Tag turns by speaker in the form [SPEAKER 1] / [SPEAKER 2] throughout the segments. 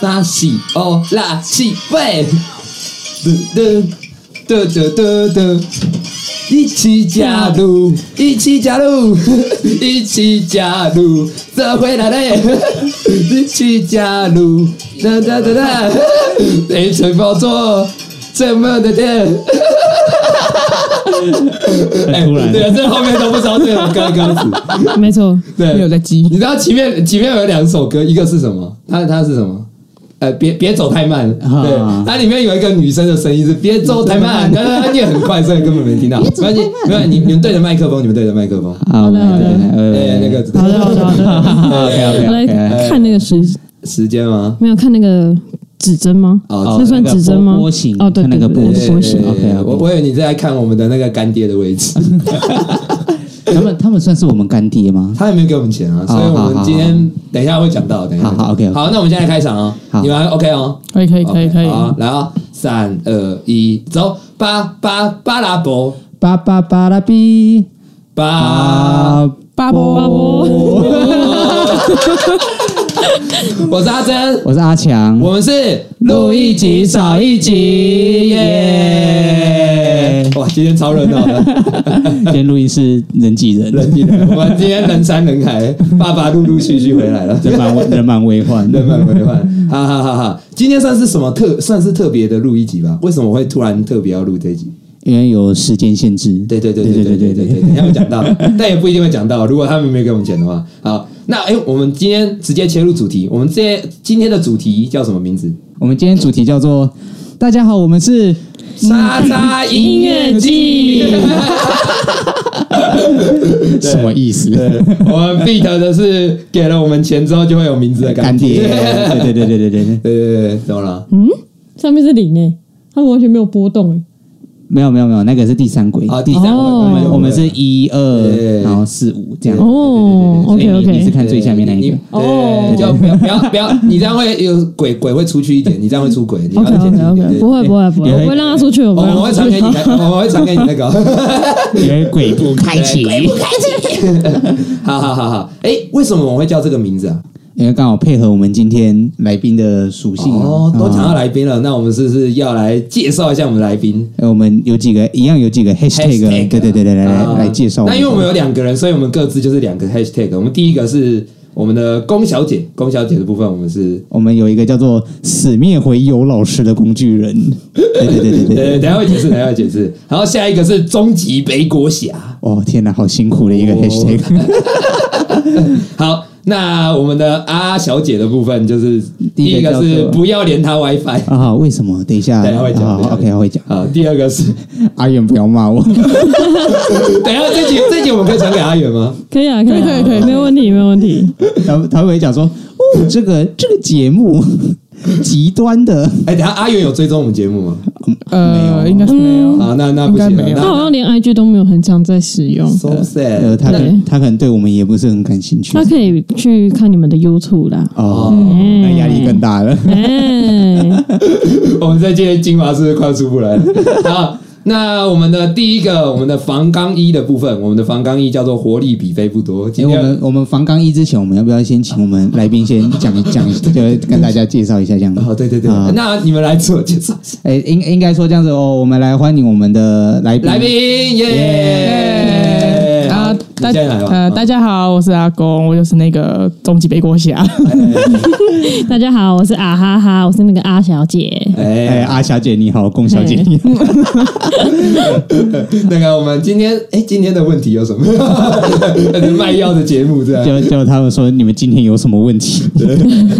[SPEAKER 1] 沙西哦拉西喂，噔噔噔噔噔噔，一起加入，一起加入，一起加入，这回来嘞，一起加入，哒哒哒哒，一层包做这么的店。哎，
[SPEAKER 2] 突然
[SPEAKER 1] 对啊，这后面都不知道这首歌歌词。
[SPEAKER 3] 没错，
[SPEAKER 1] 对，
[SPEAKER 4] 没有在激
[SPEAKER 1] 你知道前面前面有两首歌，一个是什么？它它是什么？呃，别别走太慢。
[SPEAKER 2] 啊
[SPEAKER 1] 对，它里面有一个女生的声音是别走太慢，但是她念很快，所以根本没听到。没关系，没有你你们对着麦克风，你们对着麦克风。
[SPEAKER 2] 好
[SPEAKER 3] 的好的哎
[SPEAKER 1] 对，那
[SPEAKER 2] 那
[SPEAKER 1] 个
[SPEAKER 3] 好的好 的好的，
[SPEAKER 2] OK
[SPEAKER 3] 我
[SPEAKER 2] OK
[SPEAKER 3] 来
[SPEAKER 2] OK。
[SPEAKER 3] 看那个时，
[SPEAKER 1] 时间吗？
[SPEAKER 3] 没有看那个指针吗？
[SPEAKER 1] 哦
[SPEAKER 3] 那算指针
[SPEAKER 2] 那
[SPEAKER 3] 吗
[SPEAKER 2] 个波波形？
[SPEAKER 3] 哦，对
[SPEAKER 2] 看那
[SPEAKER 3] 对
[SPEAKER 2] 个
[SPEAKER 3] 对
[SPEAKER 2] 波
[SPEAKER 3] 对对，
[SPEAKER 2] 形
[SPEAKER 3] 波
[SPEAKER 2] 行
[SPEAKER 3] 形。
[SPEAKER 2] OK，OK
[SPEAKER 1] 我我以为你在看我们的那个干爹的位置，哎
[SPEAKER 2] 他们他们算是我们干爹吗？
[SPEAKER 1] 他也没有给我们钱啊，所以我们今天等一下会讲到，等一下。
[SPEAKER 2] 好好，OK，OK
[SPEAKER 1] 好，那我们现在开场啊，
[SPEAKER 2] 好
[SPEAKER 1] 你们还 OK 哦。
[SPEAKER 4] 可以可以可以可以，
[SPEAKER 1] 好，来啊，三二一，走，巴巴巴拉伯，
[SPEAKER 2] 巴巴巴拉比
[SPEAKER 1] 巴，
[SPEAKER 2] 啊，
[SPEAKER 4] 巴波巴波，
[SPEAKER 2] 哦
[SPEAKER 1] 我是阿珍，
[SPEAKER 2] 我是阿强，
[SPEAKER 1] 我们是
[SPEAKER 2] 录一集少一集
[SPEAKER 1] 耶
[SPEAKER 2] 耶！
[SPEAKER 1] 哇，今天超热闹的，
[SPEAKER 2] 今天录音是人挤人，
[SPEAKER 1] 人挤人，我们今天人山人海，爸爸陆陆续续回来了。
[SPEAKER 2] 人满为人满为患，
[SPEAKER 1] 人满为患，哈哈哈哈！今天算是什么特，算是特别的录一集吧？为什么会突然特别要录这一集？
[SPEAKER 2] 因为有时间限制。
[SPEAKER 1] 对对对对对
[SPEAKER 2] 对
[SPEAKER 1] 对
[SPEAKER 2] 对
[SPEAKER 1] 对对，
[SPEAKER 2] 对
[SPEAKER 1] 等一下会讲到，但也不一定会讲到。如果他们没给我们钱的话，好，那哎、我们今天直接切入主题，我们这今天的主题叫什么名字？
[SPEAKER 2] 我们今天主题叫做“大家好，我们是
[SPEAKER 1] 莎莎音乐季。
[SPEAKER 2] 什么意思？”
[SPEAKER 1] 对，我们 beat 的是给了我们钱之后就会有名字的
[SPEAKER 2] 干
[SPEAKER 1] 干
[SPEAKER 2] 爹，
[SPEAKER 1] 爹。
[SPEAKER 2] 对对对对对对对，
[SPEAKER 1] 对对对，怎么了？
[SPEAKER 3] 嗯，上面是零诶，它完全没有波动欸诶。
[SPEAKER 2] 没有没有没有，那个是第三轨，
[SPEAKER 1] 好，啊第三位，
[SPEAKER 3] 哦
[SPEAKER 2] 我们我们是一
[SPEAKER 1] 对
[SPEAKER 2] 二，然后四五这样。
[SPEAKER 3] 哦
[SPEAKER 2] 对对对对对所以你
[SPEAKER 3] OK，OK
[SPEAKER 2] 你是看最下面那一个
[SPEAKER 1] 你。对，你就不要不要不要，你这样会有鬼鬼会出去一点，你这样会出轨。你要
[SPEAKER 3] OK
[SPEAKER 1] 先
[SPEAKER 3] OK
[SPEAKER 1] 对对
[SPEAKER 3] OK，
[SPEAKER 1] 对
[SPEAKER 3] 不会不会不会，我不会让他出去，我
[SPEAKER 1] 我
[SPEAKER 3] 不会
[SPEAKER 1] 们
[SPEAKER 2] 哦
[SPEAKER 3] 让
[SPEAKER 1] 会
[SPEAKER 3] 他
[SPEAKER 1] 传
[SPEAKER 3] 出
[SPEAKER 1] 给
[SPEAKER 3] 去
[SPEAKER 1] 你。那个，我们会传给你那个。
[SPEAKER 2] 因为鬼不开启，
[SPEAKER 1] 好好好好，哎、为什么我会叫这个名字啊？
[SPEAKER 2] 因为刚好配合我们今天来宾的属性嘛
[SPEAKER 1] 哦，都讲到
[SPEAKER 2] 啊
[SPEAKER 1] 来宾了，那我们是不是要来介绍一下我们来宾
[SPEAKER 2] 呃我们有几个一样有几个 hashtag，啊
[SPEAKER 1] Hashtag
[SPEAKER 2] 对对对对，来来
[SPEAKER 1] 啊
[SPEAKER 2] 来介绍。
[SPEAKER 1] 那因为我们有两个人，所以我们各自就是两个 hashtag。我们第一个是我们的龚小姐，龚小姐的部分我们是。
[SPEAKER 2] 我们有一个叫做“死灭回游老师”的工具 人，对对对对
[SPEAKER 1] 呃，
[SPEAKER 2] 对。
[SPEAKER 1] 等一下会解释，等一下会解释。然后下一个是终极背锅侠。
[SPEAKER 2] 哦天哪，好辛苦的一个
[SPEAKER 1] 哦
[SPEAKER 2] hashtag。
[SPEAKER 1] 好，那我们的阿小姐的部分就是第
[SPEAKER 2] 第
[SPEAKER 1] 一
[SPEAKER 2] 一个
[SPEAKER 1] 个
[SPEAKER 2] 叫做
[SPEAKER 1] 是不要连她 WiFi
[SPEAKER 2] 啊，为什么？等一下，
[SPEAKER 1] 等一下会讲
[SPEAKER 2] 好
[SPEAKER 1] 等一下会
[SPEAKER 2] OK，
[SPEAKER 1] 讲
[SPEAKER 2] 我会讲。
[SPEAKER 1] 啊，第二个是
[SPEAKER 2] 阿远不要骂 我，
[SPEAKER 1] 等一下这集这集我们可以传给阿远吗？
[SPEAKER 3] 可以啊，可以
[SPEAKER 4] 可以可以可以
[SPEAKER 3] 没有问题，没有问题。
[SPEAKER 2] 他他会讲说，哦，这个这个节目 极端的，
[SPEAKER 1] 哎、等一下阿远有追踪我们节目吗？
[SPEAKER 4] 呃，应该是没
[SPEAKER 3] 嗯
[SPEAKER 4] 有，
[SPEAKER 1] 啊，那那不行
[SPEAKER 4] 应该
[SPEAKER 1] 了，
[SPEAKER 4] 没有
[SPEAKER 1] 那
[SPEAKER 3] 他好像连 IG 都没有很常在使用，
[SPEAKER 1] so
[SPEAKER 2] 呃，
[SPEAKER 1] sad。
[SPEAKER 2] 他可
[SPEAKER 3] 对
[SPEAKER 2] 他可能对我们也不是很感兴趣
[SPEAKER 3] 他。可以去看你们的 YouTube 啦。
[SPEAKER 2] 哦，
[SPEAKER 3] 嗯
[SPEAKER 2] 那压力更大了。
[SPEAKER 3] 哎，
[SPEAKER 1] 哦我们在今天金华是不是快出不来了好，那我们的第一个，我们的防刚一的部分，我们的防刚一叫做活力比飞不多。
[SPEAKER 2] 哎、
[SPEAKER 1] 今
[SPEAKER 2] 我
[SPEAKER 1] 天、
[SPEAKER 2] 们我们防刚一之前，我们要不要先请我们来宾先讲讲，就跟大家介绍一下这样子？
[SPEAKER 1] 哦，对对对，
[SPEAKER 2] 啊
[SPEAKER 1] 那你们来自我介绍一下。
[SPEAKER 2] 哎、应应该说这样子哦，我们来欢迎我们的来宾。
[SPEAKER 1] 来宾耶！
[SPEAKER 4] 啊，
[SPEAKER 1] 大
[SPEAKER 4] 大
[SPEAKER 1] 家来吧。
[SPEAKER 4] 呃，大家好，我是阿公，我就是那个终极背锅 侠，
[SPEAKER 3] 大家好，我是啊哈哈，我是那个阿小姐。
[SPEAKER 2] 哎、
[SPEAKER 1] 哎，啊
[SPEAKER 2] 阿小姐你好，龚小姐你好，
[SPEAKER 1] 那个我们今天哎，今天的问题有什么？ 卖药的节目这样，
[SPEAKER 2] 就就他们说你们今天有什么问题？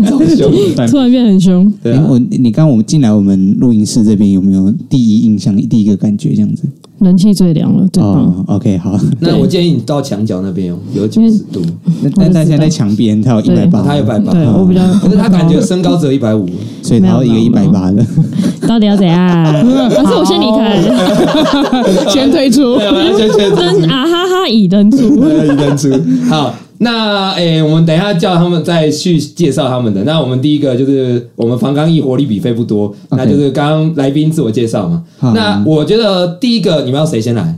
[SPEAKER 1] 超凶。
[SPEAKER 2] 对
[SPEAKER 3] 突然变很凶，
[SPEAKER 1] 对
[SPEAKER 2] 哎
[SPEAKER 1] 啊
[SPEAKER 2] 我你刚我们进来我们录音室这边有没有第一印象、第一个感觉这样子？
[SPEAKER 3] 人气最凉了，最棒。
[SPEAKER 2] 哦，OK，好。
[SPEAKER 1] 那我建议你到墙角那边哦，有九
[SPEAKER 3] 因为
[SPEAKER 1] 十度，啊
[SPEAKER 2] 那但但现在在墙边，他有一
[SPEAKER 3] 对
[SPEAKER 2] 百八，
[SPEAKER 1] 他有180
[SPEAKER 3] 对我比较，
[SPEAKER 1] 可是他感觉身高只有一百五，
[SPEAKER 2] 所以他有一个一
[SPEAKER 3] 没
[SPEAKER 2] 百
[SPEAKER 3] 有没
[SPEAKER 2] 八的。
[SPEAKER 3] 到底要怎样？ 还是我先离开？
[SPEAKER 4] 先退出。
[SPEAKER 1] 对 啊，先先
[SPEAKER 3] 真啊哈哈已 登出。
[SPEAKER 1] 认出。好，那诶、我们等一下叫他们再去介绍他们的。那我们第一个就是我们防刚毅活力比费不多，那就是刚刚来宾自我介绍嘛。
[SPEAKER 2] 好
[SPEAKER 1] 那我觉得第一个你们要谁先来？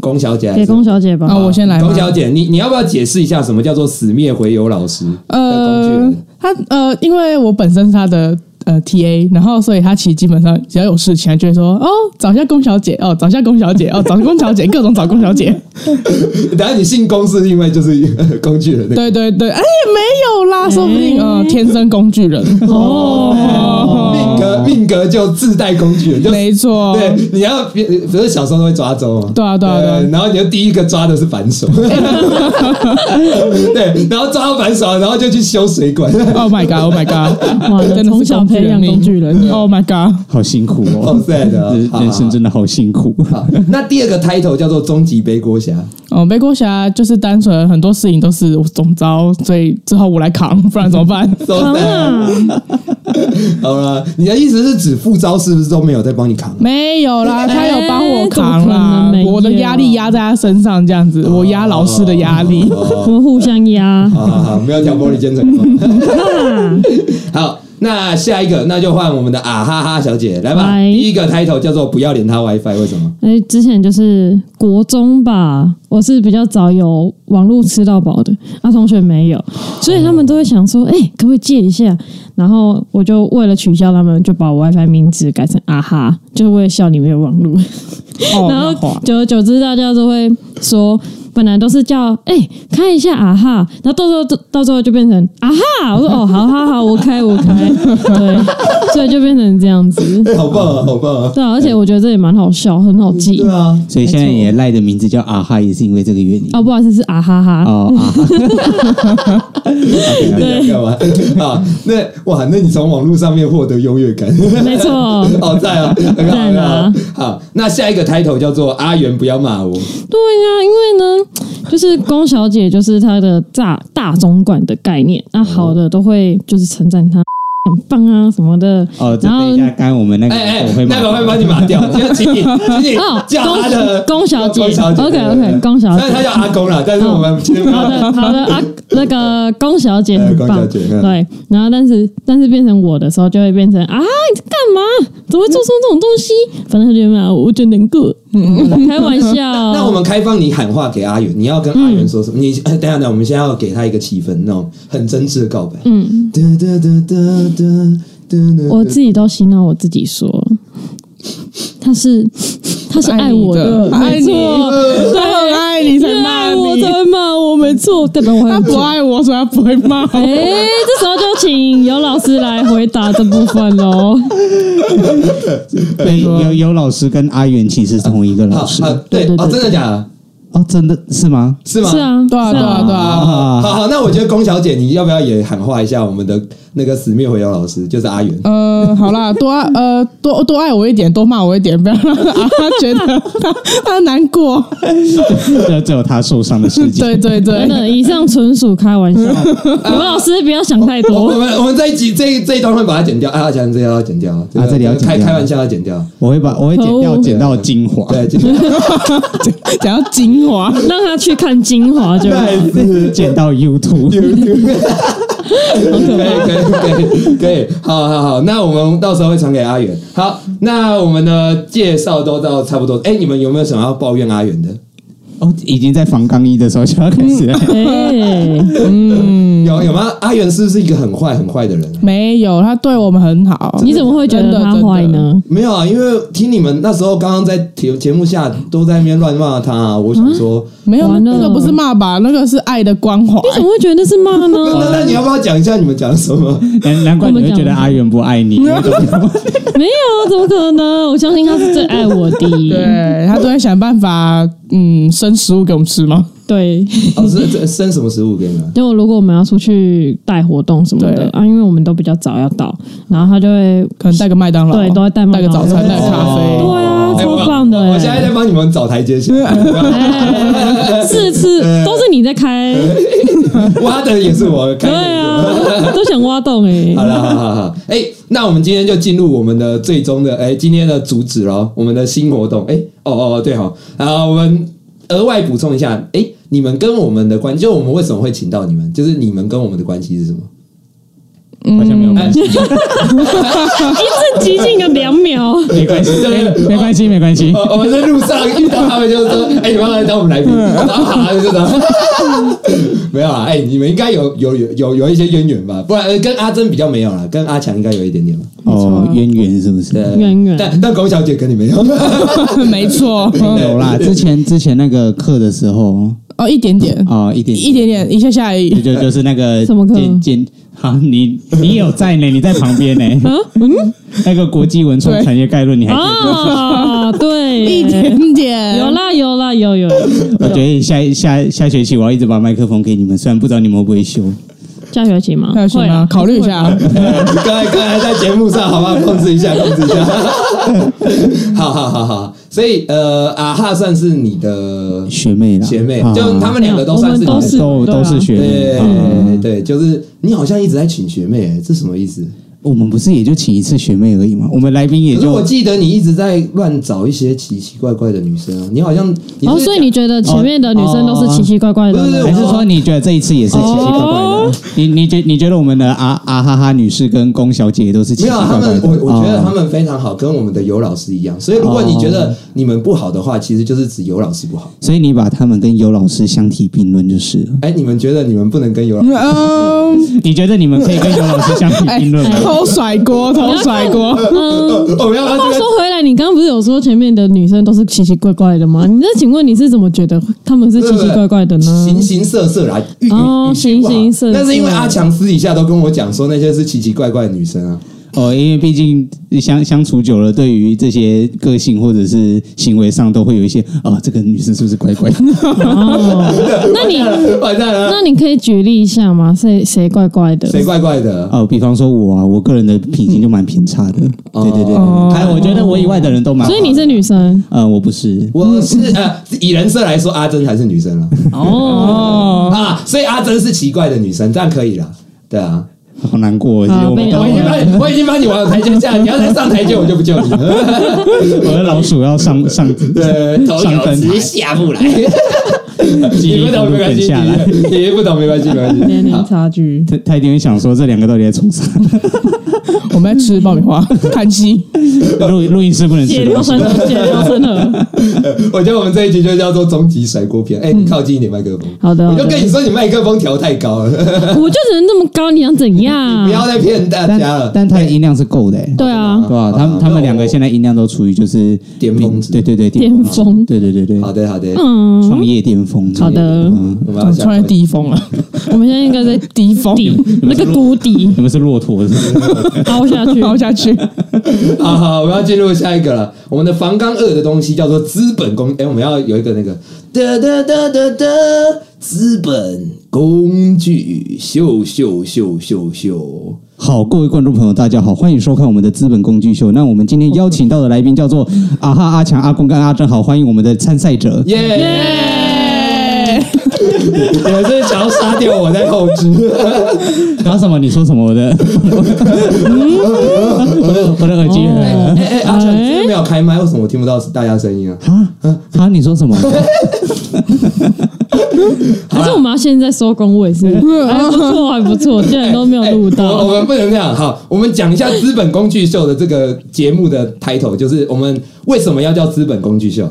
[SPEAKER 1] 龚小姐还
[SPEAKER 3] 给
[SPEAKER 1] 是，
[SPEAKER 3] 龚小姐吧。
[SPEAKER 4] 那啊我先来吗。
[SPEAKER 1] 龚小姐，你你要不要解释一下什么叫做死灭回游老师？的工具
[SPEAKER 4] 呃
[SPEAKER 1] 人，
[SPEAKER 4] 他呃，因为我本身是他的呃 TA，然后所以他其实基本上只要有事情，他就会说哦，找一下龚小姐，哦，找一下龚小姐，哦，找龚小姐，各种找龚小姐。
[SPEAKER 1] 等下你姓龚是因为就是工具人的，
[SPEAKER 4] 对对对，哎，没有啦，说不定
[SPEAKER 3] 哎
[SPEAKER 4] 呃，天生工具人。
[SPEAKER 3] 哦
[SPEAKER 1] 命
[SPEAKER 4] 哦，
[SPEAKER 1] 格命格就自带工具人，就
[SPEAKER 4] 没错，
[SPEAKER 1] 对，你要别，不是小时候都会抓周吗？
[SPEAKER 4] 哦对啊对啊对啊
[SPEAKER 1] 然后你就第一个抓的是反 手，对，然后抓到反手，然后就去修水管。
[SPEAKER 4] Oh my god! Oh my god!
[SPEAKER 3] 哇
[SPEAKER 4] 真的是
[SPEAKER 3] 从小培养工具
[SPEAKER 4] 人命。Oh my god!
[SPEAKER 2] 好辛苦
[SPEAKER 1] 好
[SPEAKER 2] 哦，
[SPEAKER 1] sad 啊
[SPEAKER 2] 人
[SPEAKER 1] 好
[SPEAKER 2] 人生真的好辛苦。
[SPEAKER 1] 好， 那第二个 title 叫做终极背锅侠，
[SPEAKER 4] 哦，背锅侠就是单纯很多事情都是我总招，所以之后我来扛，不然怎么办？
[SPEAKER 1] So sad
[SPEAKER 3] 啊，
[SPEAKER 1] 好了，你的意思是指副招是不是都没有在帮你 扛？
[SPEAKER 4] 没有啦，他有帮我
[SPEAKER 3] 哎怎么可
[SPEAKER 4] 扛
[SPEAKER 3] 能
[SPEAKER 4] 啦，
[SPEAKER 3] 没有
[SPEAKER 4] 我的压力压在他身上，这样子，我压老师的压力。
[SPEAKER 1] 哦
[SPEAKER 3] 我们互相压。
[SPEAKER 1] 好啊好好，不要挑拨离间成 功。好，那下一个，那就换我们的啊哈哈小姐来吧。
[SPEAKER 3] 来
[SPEAKER 1] 第一个 title 叫做“不要脸他 WiFi”，为什 么？
[SPEAKER 3] 哎，之前就是国中吧，我是比较早有网络吃到饱的，啊，同学没有，所以他们都会想说，哎、可不可以借一下？然后我就为了取消他们，就把我 WiFi 名字改成啊哈，就是为了笑你没有网络。
[SPEAKER 4] 哦，
[SPEAKER 3] 然
[SPEAKER 4] 没有
[SPEAKER 3] 后
[SPEAKER 4] 话
[SPEAKER 3] 久而久之，大家都会说，本来都是叫哎、开一下啊哈，然后到时候到时候就变成啊哈，我说哦好好好，我开我开，对，所以就变成这样子。
[SPEAKER 1] 好棒啊，好棒啊！
[SPEAKER 3] 对啊，而且我觉得这也蛮好笑，很好记。
[SPEAKER 1] 对啊，
[SPEAKER 2] 所以现在也赖的名字叫啊哈，也是因为这个原因。
[SPEAKER 3] 哦，不好意思，是啊哈哈。
[SPEAKER 2] 哦啊哈，
[SPEAKER 1] 你想干嘛？ 啊，那哇，那你从网络上面获得优越感，
[SPEAKER 3] 没错，
[SPEAKER 1] 好在啊，很好，
[SPEAKER 3] 赞
[SPEAKER 1] 很好
[SPEAKER 3] 啊。
[SPEAKER 1] 好，那下一个 title 叫做“阿元不要骂我
[SPEAKER 3] 对呀、因为呢，就是龚小姐就是她的大大总管的概念，那好的都会就是称赞她很棒啊什么的，
[SPEAKER 2] 哦，这
[SPEAKER 3] 然
[SPEAKER 2] 等
[SPEAKER 3] 后
[SPEAKER 2] 一下，刚刚我们那”。个
[SPEAKER 1] 哎
[SPEAKER 2] 我
[SPEAKER 1] 哎
[SPEAKER 2] 会，骂
[SPEAKER 1] 那个会帮你码掉，就请你，请你
[SPEAKER 3] 哦，
[SPEAKER 1] 叫他的
[SPEAKER 3] 龚小姐
[SPEAKER 1] 龚小姐
[SPEAKER 3] ，OK
[SPEAKER 1] 对对
[SPEAKER 3] OK，
[SPEAKER 1] 对
[SPEAKER 3] 龚小
[SPEAKER 1] 虽然他
[SPEAKER 3] 姐。哦
[SPEAKER 1] 叫阿公啦，但是我们其实没有
[SPEAKER 3] 好的，好的啊，那个龚小姐
[SPEAKER 1] 哎
[SPEAKER 3] 很
[SPEAKER 1] 龚
[SPEAKER 3] 棒，
[SPEAKER 1] 小姐嗯
[SPEAKER 3] 对。然后，但是但是变成我的时候，就会变成啊，你在干嘛？怎么会做出这种东西？反正他就骂我，我就难过。嗯，开玩笑。
[SPEAKER 1] 那我们开放你喊话给阿元，你要
[SPEAKER 3] 嗯
[SPEAKER 1] 跟阿元说什么？你哎等一下，等一下，我们现在要给他一个气氛，那种很真挚的告白。嗯，哒哒哒哒哒哒哒。
[SPEAKER 3] 我自己都洗脑我自己说，他是他是爱我的，
[SPEAKER 4] 爱
[SPEAKER 3] 没
[SPEAKER 4] 你
[SPEAKER 3] 错，
[SPEAKER 4] 的，他很爱你才
[SPEAKER 3] 因为
[SPEAKER 4] 骂
[SPEAKER 3] 爱我
[SPEAKER 4] 你
[SPEAKER 3] 才，会骂我，没错，代表我
[SPEAKER 4] 他
[SPEAKER 3] 很
[SPEAKER 4] 不爱我，所以他不会骂
[SPEAKER 3] 哎、
[SPEAKER 4] 我。
[SPEAKER 3] 这时候就请尤老师来回答这部分喽。
[SPEAKER 2] 对，有有老师跟阿元其实是同一个
[SPEAKER 1] 好
[SPEAKER 2] 老师
[SPEAKER 1] 好对
[SPEAKER 3] 对对
[SPEAKER 1] 哦，
[SPEAKER 3] 对
[SPEAKER 1] 真的假的？啊
[SPEAKER 2] 哦，真的是吗？
[SPEAKER 1] 是吗？
[SPEAKER 3] 是。啊，
[SPEAKER 4] 对啊，
[SPEAKER 3] 是
[SPEAKER 4] 对啊，对啊。
[SPEAKER 1] 好好，那我觉得龚小姐，你要不要也喊话一下我们的那个死灭回游老师，就是阿元？
[SPEAKER 4] 呃，好啦，多爱呃多多爱我一点，多骂我一点，不要让他觉得他他难过。
[SPEAKER 2] 这只有他受伤的事 情。
[SPEAKER 4] 对对对嗯
[SPEAKER 3] 真，的，以上纯属开玩笑。 尤老师不要想太
[SPEAKER 1] 我我
[SPEAKER 4] 哦
[SPEAKER 3] 多，
[SPEAKER 1] 们我们这一集这一这一段会把它剪掉，啊，讲这一段要剪掉，
[SPEAKER 2] 啊这里要剪
[SPEAKER 1] 开
[SPEAKER 2] 掉
[SPEAKER 1] 开玩笑要剪掉，
[SPEAKER 2] 我会把我会剪
[SPEAKER 3] 可
[SPEAKER 2] 掉，
[SPEAKER 3] 恶
[SPEAKER 2] 剪到精华。
[SPEAKER 1] 对，剪掉，
[SPEAKER 4] 讲到精华，
[SPEAKER 3] 让他去看精华就好。
[SPEAKER 2] 对，剪 到 YouTube。
[SPEAKER 1] 可以可以可以可以，好好好，那我们到时候会传给阿元。好，那我们的介绍都到差不多。哎、你们有没有想要抱怨阿元的？
[SPEAKER 2] 哦，已经在防刚一的时候就要开 始了。
[SPEAKER 3] 哎、
[SPEAKER 1] 有有吗？阿元是不是一个很坏很坏的人？
[SPEAKER 4] 没有，他对我们很好。
[SPEAKER 3] 你怎么会觉
[SPEAKER 4] 真
[SPEAKER 3] 得
[SPEAKER 4] 的
[SPEAKER 3] 他
[SPEAKER 4] 真的
[SPEAKER 3] 坏呢？
[SPEAKER 1] 没有啊，因为听你们那时候刚刚在节节目下都在那边乱骂他、啊，我想说，
[SPEAKER 4] 没有，
[SPEAKER 3] 完了
[SPEAKER 4] 那个不是骂吧，那个是爱的关怀。
[SPEAKER 3] 你怎么会觉得那是骂
[SPEAKER 1] 那那
[SPEAKER 3] 呢？
[SPEAKER 1] 那你要不要讲一下你们讲什么？
[SPEAKER 2] 难难怪你会觉得阿元不爱你，因为都 没有
[SPEAKER 3] 嗯没有，啊怎么可能？我相信他是最爱我的。
[SPEAKER 4] 对他都会想办法，嗯，生食物给我们吃吗？
[SPEAKER 3] 对，
[SPEAKER 1] 哦，是这生什么食物给你们？
[SPEAKER 3] 就如果我们要出去带活动什么
[SPEAKER 4] 对哦
[SPEAKER 3] 的啊，因为我们都比较早要到，然后他就会
[SPEAKER 4] 可能带个麦当劳，
[SPEAKER 3] 对都会带麦
[SPEAKER 4] 带
[SPEAKER 3] 当
[SPEAKER 4] 个
[SPEAKER 3] 劳
[SPEAKER 4] 早餐，带个咖啡。
[SPEAKER 3] 对啊，
[SPEAKER 1] 哎我
[SPEAKER 3] 超棒的
[SPEAKER 1] 我我现在
[SPEAKER 3] 哎、
[SPEAKER 1] 在帮你们找台阶下，
[SPEAKER 3] 哎是 是，都是你在开，
[SPEAKER 1] 挖的也是我开
[SPEAKER 3] 对
[SPEAKER 1] 的也是我。
[SPEAKER 3] 啊，都想挖洞哎、
[SPEAKER 1] 好了，好好好，哎、那我们今天就进入我们的最终的，哎、今天的主旨喽，我们的新活动，哎、哦哦哦，对哈、哦，然后我们额外补充一下，哎、你们跟我们的关，就我们为什么会请到你们，就是你们跟我们的关系是什么？
[SPEAKER 2] 好像没有关关系，
[SPEAKER 1] 哎
[SPEAKER 3] 一次极尽个两秒，
[SPEAKER 2] 没 关系，没没关系，没关系。
[SPEAKER 1] 哦我我们在路上遇到他们，就是说，哎、你们要来当我们来宾，然后好啊，就这样。 没有啦，哎、你们应该有有有有有一些渊源吧？不然、呃跟阿珍比较没有啦，跟阿强应该有一点点吧。
[SPEAKER 2] 哦，渊源是不是？
[SPEAKER 1] 对
[SPEAKER 3] 渊源
[SPEAKER 1] 但但龚小姐跟你没有，
[SPEAKER 3] 哦
[SPEAKER 4] 没错，
[SPEAKER 2] 有啦，之前之前那个课的时候，
[SPEAKER 4] 哦，一点点，
[SPEAKER 2] 哦，一点
[SPEAKER 4] 一点点，一下下而已。
[SPEAKER 2] 就就就是那个
[SPEAKER 3] 嗯 什么课
[SPEAKER 2] 简简，好，你你有在呢，你在旁边呢，
[SPEAKER 3] 啊，嗯，
[SPEAKER 2] 那个国际文创产业概论，你还记得？
[SPEAKER 3] 啊，对，
[SPEAKER 4] 一点点，
[SPEAKER 3] 有啦有啦有有，
[SPEAKER 2] 我觉
[SPEAKER 3] 啊
[SPEAKER 2] 得下下下学期我要一直把麦克风给你们，虽然不知道你们会不会修。
[SPEAKER 3] 下学期吗？
[SPEAKER 4] 还有什
[SPEAKER 3] 会啊
[SPEAKER 4] 么？考虑一。
[SPEAKER 3] 会
[SPEAKER 4] 下，
[SPEAKER 1] 刚才刚才在节目上，好不好？控制一下，控制一下。 好好好好，所以呃，阿哈算是你的
[SPEAKER 2] 学妹啦，
[SPEAKER 1] 学妹，
[SPEAKER 2] 啊
[SPEAKER 1] 就他们两个都算是你的
[SPEAKER 3] 我们
[SPEAKER 2] 啊都
[SPEAKER 3] 对啊
[SPEAKER 2] 都是学妹。
[SPEAKER 1] 对
[SPEAKER 2] 啊
[SPEAKER 1] 对，就是你好像一直在请学妹、哎这什么意思？
[SPEAKER 2] 我们不是也就请一次学妹而已嘛，我们来宾也
[SPEAKER 1] 可是
[SPEAKER 2] 就
[SPEAKER 1] 我记得你一直在乱找一些奇奇怪怪的女生啊，你好像你
[SPEAKER 3] 哦，
[SPEAKER 1] 是
[SPEAKER 3] 所以你觉得前面的女生都是奇奇怪怪的
[SPEAKER 1] 不是
[SPEAKER 3] 人？
[SPEAKER 2] 还是说你觉得这一次也是奇奇怪怪的
[SPEAKER 3] 哦？
[SPEAKER 2] 你你觉你觉得我们的啊啊哈哈女士跟龚小姐都是奇
[SPEAKER 1] 没
[SPEAKER 2] 奇
[SPEAKER 1] 有
[SPEAKER 2] 怪
[SPEAKER 1] 他
[SPEAKER 2] 怪
[SPEAKER 1] 们
[SPEAKER 2] 的？，
[SPEAKER 1] 我我觉得
[SPEAKER 2] 哦
[SPEAKER 1] 他们非常好，跟我们的尤老师一样。所以如果你觉得你们不好的话，其实就是指尤老师不好。
[SPEAKER 2] 所以你把他们跟尤老师相提并论就是了。
[SPEAKER 1] 哎，你们觉得你们不能跟尤老
[SPEAKER 3] 啊
[SPEAKER 1] 师？
[SPEAKER 4] 嗯，
[SPEAKER 2] 你觉得你们可以跟尤老师相提
[SPEAKER 4] 哎
[SPEAKER 2] 并论吗？
[SPEAKER 4] 偷甩锅，偷甩锅，
[SPEAKER 3] 嗯，
[SPEAKER 1] 我们要不要
[SPEAKER 3] 话
[SPEAKER 1] 这个
[SPEAKER 3] 说回来，你刚刚不是有说前面的女生都是奇奇怪怪的吗？你那请问你是怎么觉得他们是奇奇怪怪的呢？
[SPEAKER 1] 形形色色啦，语
[SPEAKER 3] 哦
[SPEAKER 1] 语气不好
[SPEAKER 3] 形形色色
[SPEAKER 1] 但是因为阿强私底下都跟我讲说那些是奇奇怪怪的女生啊，
[SPEAKER 2] 哦，因为毕竟相相处久了，对于这些个性或者是行为上，都会有一些啊、这个女生是不是怪 怪的？
[SPEAKER 3] 哦，那你
[SPEAKER 1] 完蛋了，
[SPEAKER 3] 那你可以举例一下吗？谁谁怪怪的？
[SPEAKER 1] 谁怪怪的？
[SPEAKER 2] 哦，比方说我啊，我个人的品行就蛮偏差的。对对对，
[SPEAKER 1] 哦
[SPEAKER 2] 还有我觉得我以外的人都蛮好的……
[SPEAKER 3] 所以你是女生
[SPEAKER 2] 呃，我不是，
[SPEAKER 1] 我是呃，以人设来说，阿珍还是女生了
[SPEAKER 3] 哦，
[SPEAKER 1] 啊，所以阿珍是奇怪的女生，这样可以了。对啊，
[SPEAKER 2] 好难过。其实
[SPEAKER 3] 啊
[SPEAKER 2] 我们
[SPEAKER 3] 被
[SPEAKER 2] 都
[SPEAKER 1] 我已经把你我已经把你往台阶下，你要再上台阶，我就不救你 了。
[SPEAKER 2] 我的老鼠要上上
[SPEAKER 1] 对，头
[SPEAKER 2] 上
[SPEAKER 1] 有
[SPEAKER 2] 分
[SPEAKER 1] 直
[SPEAKER 2] 台，
[SPEAKER 1] 下不来。
[SPEAKER 2] 记
[SPEAKER 1] 你
[SPEAKER 2] 忆
[SPEAKER 1] 不懂
[SPEAKER 2] 都
[SPEAKER 1] 没关
[SPEAKER 2] 滚
[SPEAKER 1] 系，
[SPEAKER 2] 下来。
[SPEAKER 1] 你你不懂没关系，没关 系。
[SPEAKER 3] 年龄差距。
[SPEAKER 2] 他他一定会想说这两个到底在冲 啥？
[SPEAKER 4] 我们在吃爆米 花，看戏，
[SPEAKER 2] 录录音室不能
[SPEAKER 3] 解
[SPEAKER 2] 吃
[SPEAKER 3] 流
[SPEAKER 2] 东西
[SPEAKER 3] 成。河，解流成河。
[SPEAKER 1] 我觉得我们这一集就叫做终极甩锅篇。哎，你靠近一点麦克风。
[SPEAKER 3] 好的
[SPEAKER 1] 我
[SPEAKER 3] 好
[SPEAKER 1] 就跟
[SPEAKER 3] 的，
[SPEAKER 1] 你说，你麦克风调太高了，
[SPEAKER 3] 我就只能这么高，你想怎样
[SPEAKER 1] 不？要再骗大
[SPEAKER 2] 但
[SPEAKER 1] 家了。
[SPEAKER 2] 但他的音量是够的、欸，
[SPEAKER 3] 对啊，
[SPEAKER 2] 对吧、
[SPEAKER 1] 好
[SPEAKER 2] 他们
[SPEAKER 1] 那
[SPEAKER 2] 他
[SPEAKER 1] 我
[SPEAKER 2] 们两个现在音量都处于就是
[SPEAKER 1] 巅峰值
[SPEAKER 2] 对对对，
[SPEAKER 3] 巅峰
[SPEAKER 2] 对对对对，
[SPEAKER 1] 好的，好的，
[SPEAKER 3] 嗯，
[SPEAKER 2] 创业巅峰。
[SPEAKER 3] 好的
[SPEAKER 2] 嗯
[SPEAKER 1] 我们要下
[SPEAKER 4] 突然低峰了，
[SPEAKER 3] 我们现在应该在
[SPEAKER 4] 低峰，
[SPEAKER 3] 底那个谷底
[SPEAKER 2] 你们是骆驼是不是？
[SPEAKER 3] 凹下 去，
[SPEAKER 4] 凹下去，
[SPEAKER 1] 好好，我们要进入下一个了。我们的防刚二的东西叫做资本工，哎、我们要有一个那个哒哒哒哒哒资本工具秀秀秀秀秀。
[SPEAKER 2] 好，各位观众朋友，大家好，欢迎收看我们的资本工具秀。那我们今天邀请到的来宾叫做阿哈、阿强、阿公跟阿珍，好，欢迎我们的参赛 者。
[SPEAKER 1] 耶、你们是想要杀掉我在后 置？
[SPEAKER 2] 搞什么？你说什么？我的，我的，我的耳机。
[SPEAKER 1] 哎
[SPEAKER 3] 哦
[SPEAKER 1] 哎、阿强，你今天没有开麦，为什么我听不到大家声音啊？
[SPEAKER 2] 啊啊！你说什么？
[SPEAKER 3] 还是我们要现在收工尾是不是？还不错，还不错，竟然都没有录
[SPEAKER 1] 哎我我
[SPEAKER 3] 到。
[SPEAKER 1] 们不能这样。好，我们讲一下资本工具秀的这个节目的 title，就是我们为什么要叫资本工具秀？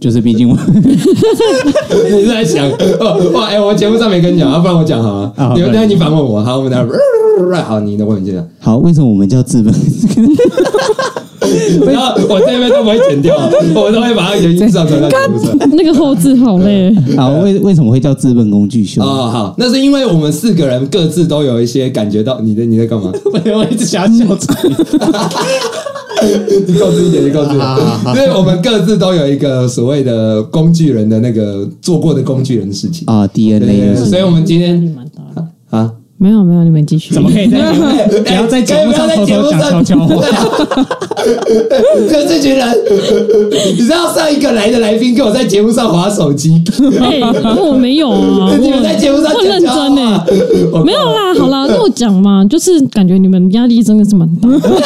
[SPEAKER 2] 就是毕竟我
[SPEAKER 1] 你是在想哦哇？哎、我节目上没跟你讲，要不然我讲好吗？
[SPEAKER 2] 啊好
[SPEAKER 1] 你们
[SPEAKER 2] 可以
[SPEAKER 1] 等一下你反问我，好，我们等一下，好，你的问你先讲。
[SPEAKER 2] 好，为什么我们叫资本？
[SPEAKER 1] 然后我这边都不会剪掉，我都会把它原音上传到节目上。
[SPEAKER 3] 那个后置好累，
[SPEAKER 2] 好，为为什么会叫资本工具秀？
[SPEAKER 1] 哦，好，那是因为我们四个人各自都有一些感觉到你的你在干嘛？
[SPEAKER 2] 我一直想要笑场。
[SPEAKER 1] 你告诉一点，你告诉一
[SPEAKER 2] 好好
[SPEAKER 1] 点，因为我们各自都有一个所谓的工具人的那个做过的工具人事情
[SPEAKER 2] 啊
[SPEAKER 1] 对对
[SPEAKER 2] ，DNA
[SPEAKER 1] 对所以我们今天啊。
[SPEAKER 3] 没有没有，你们继续。
[SPEAKER 2] 怎么可以在节目
[SPEAKER 1] 哎
[SPEAKER 2] 不要在节目上偷偷讲悄悄 话？
[SPEAKER 1] 就这群人，你知道上一个来的来宾跟我在节目上划手机，
[SPEAKER 3] 哎，我没有啊，
[SPEAKER 1] 你们在节目上
[SPEAKER 3] 我
[SPEAKER 1] 讲
[SPEAKER 2] 啊
[SPEAKER 3] 认
[SPEAKER 1] 悄
[SPEAKER 3] 真欸
[SPEAKER 1] 话
[SPEAKER 2] 欸
[SPEAKER 3] 呢。，没有啦，好啦，反正我讲嘛，就是感觉你们压力真的是蛮大的。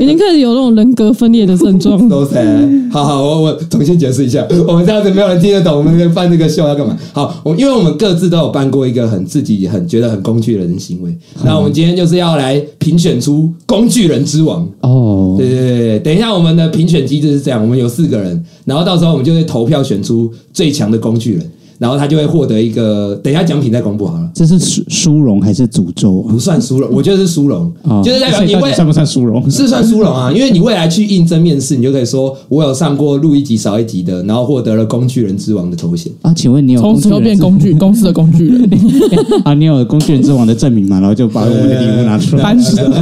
[SPEAKER 3] 已经开始有那种人格分裂的症状。
[SPEAKER 1] 都谁？好好，我我重新解释一下，我们这样子没有人听得懂，我们办这个秀要干嘛？好，我因为我们各自都有办过一个很自己很觉得很工具人的行为，那我们今天就是要来评选出工具人之王。
[SPEAKER 2] 哦，
[SPEAKER 1] 对对对对，等一下我们的评选机制是这样，我们有四个人，然后到时候我们就会投票选出最强的工具人，然后他就会获得一个，等一下奖品再公布好了。
[SPEAKER 2] 这是殊殊荣还是诅咒啊
[SPEAKER 1] 不算殊荣，我觉得是殊荣，
[SPEAKER 2] 哦？
[SPEAKER 1] 就是代表
[SPEAKER 2] 所以
[SPEAKER 1] 你
[SPEAKER 2] 到
[SPEAKER 1] 未
[SPEAKER 2] 底算不算殊荣？
[SPEAKER 1] 是算殊荣啊，因为你未来去应征面试，你就可以说我有上过录一集少一集的，然后获得了工具人之王的头 衔。
[SPEAKER 2] 啊，请问你有
[SPEAKER 4] 从
[SPEAKER 2] 工具
[SPEAKER 4] 此
[SPEAKER 2] 人
[SPEAKER 4] 又变
[SPEAKER 2] 之
[SPEAKER 4] 工具公司的工具人，
[SPEAKER 2] 啊？你有工具人之王的证明嘛？然后就把我们的礼物拿出来
[SPEAKER 4] 烦。死了。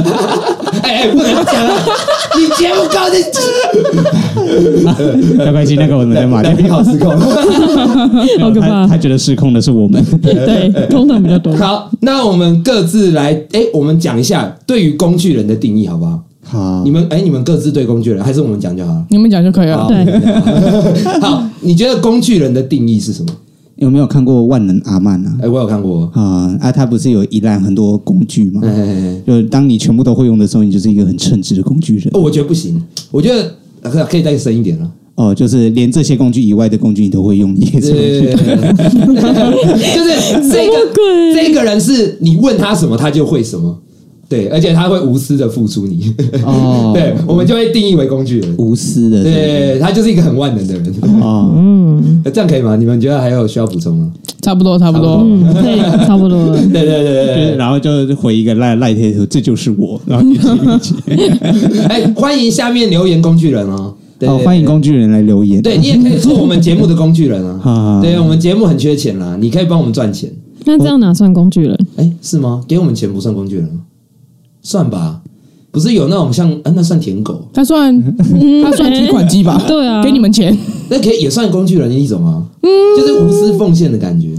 [SPEAKER 1] 哎哎，不能讲了， 你 节目高的
[SPEAKER 2] 要不要进那个我们的马
[SPEAKER 1] 来
[SPEAKER 2] 里
[SPEAKER 1] 宾好失控。
[SPEAKER 3] 好可怕
[SPEAKER 2] 他他觉得失控的是我们。
[SPEAKER 3] 对，通常比较多。
[SPEAKER 1] 好，那我们各自来，哎，我们讲一下对于工具人的定义好不好？
[SPEAKER 2] 好
[SPEAKER 1] 你，们哎，你们各自对工具人，还是我们讲就好了？
[SPEAKER 4] 你们讲就可以了
[SPEAKER 1] 好。
[SPEAKER 3] 对，
[SPEAKER 1] 好，你觉得工具人的定义是什么？
[SPEAKER 2] 有没有看过《万能阿曼》啊
[SPEAKER 1] 哎、？我有看过。
[SPEAKER 2] 啊啊，他不是有一烂很多工具吗
[SPEAKER 1] 哎、？哎
[SPEAKER 2] 就是当你全部都会用的时候，你就是一个很称职的工具人
[SPEAKER 1] 哎我觉得不行，我觉得呃可可以再深一点了。
[SPEAKER 2] 哦，就是连这些工具以外的工具你都会用，你也是工具
[SPEAKER 1] 对，
[SPEAKER 2] 人。
[SPEAKER 1] 就是 这
[SPEAKER 3] 什
[SPEAKER 1] 个
[SPEAKER 3] 么鬼
[SPEAKER 1] 这个人是你问他什么，他就会什么。对，而且他会无私的付出你。
[SPEAKER 2] 哦
[SPEAKER 1] 对，我们就会定义为工具人。
[SPEAKER 2] 无私的，
[SPEAKER 1] 对，他就是一个很万能的人。
[SPEAKER 2] 哦，
[SPEAKER 1] 这样可以吗？你们觉得还有需要补充吗？
[SPEAKER 4] 差不多，差不多。
[SPEAKER 3] 嗯，可以，差不多了。
[SPEAKER 1] 对对对对
[SPEAKER 2] 就
[SPEAKER 1] 对
[SPEAKER 2] 是然后就回一个赖赖贴图，这就是我，然后就记录起
[SPEAKER 1] 哎，欢迎下面留言工具人哦。对
[SPEAKER 2] 哦，欢迎工具人来留言，
[SPEAKER 1] 对你也可以做我们节目的工具人啊
[SPEAKER 2] 啊。
[SPEAKER 1] 对，我们节目很缺钱啦，你可以帮我们赚钱。
[SPEAKER 3] 那这样哪算工具人？
[SPEAKER 1] 哎，是吗？给我们钱不算工具人吗？算吧，不是有那种像，啊、那算舔狗，
[SPEAKER 4] 他算他算提款机吧？
[SPEAKER 3] 对啊
[SPEAKER 4] 给你们钱。
[SPEAKER 1] 那可以也算工具人的一种啊。
[SPEAKER 3] 嗯
[SPEAKER 1] 就是无私奉献的感觉。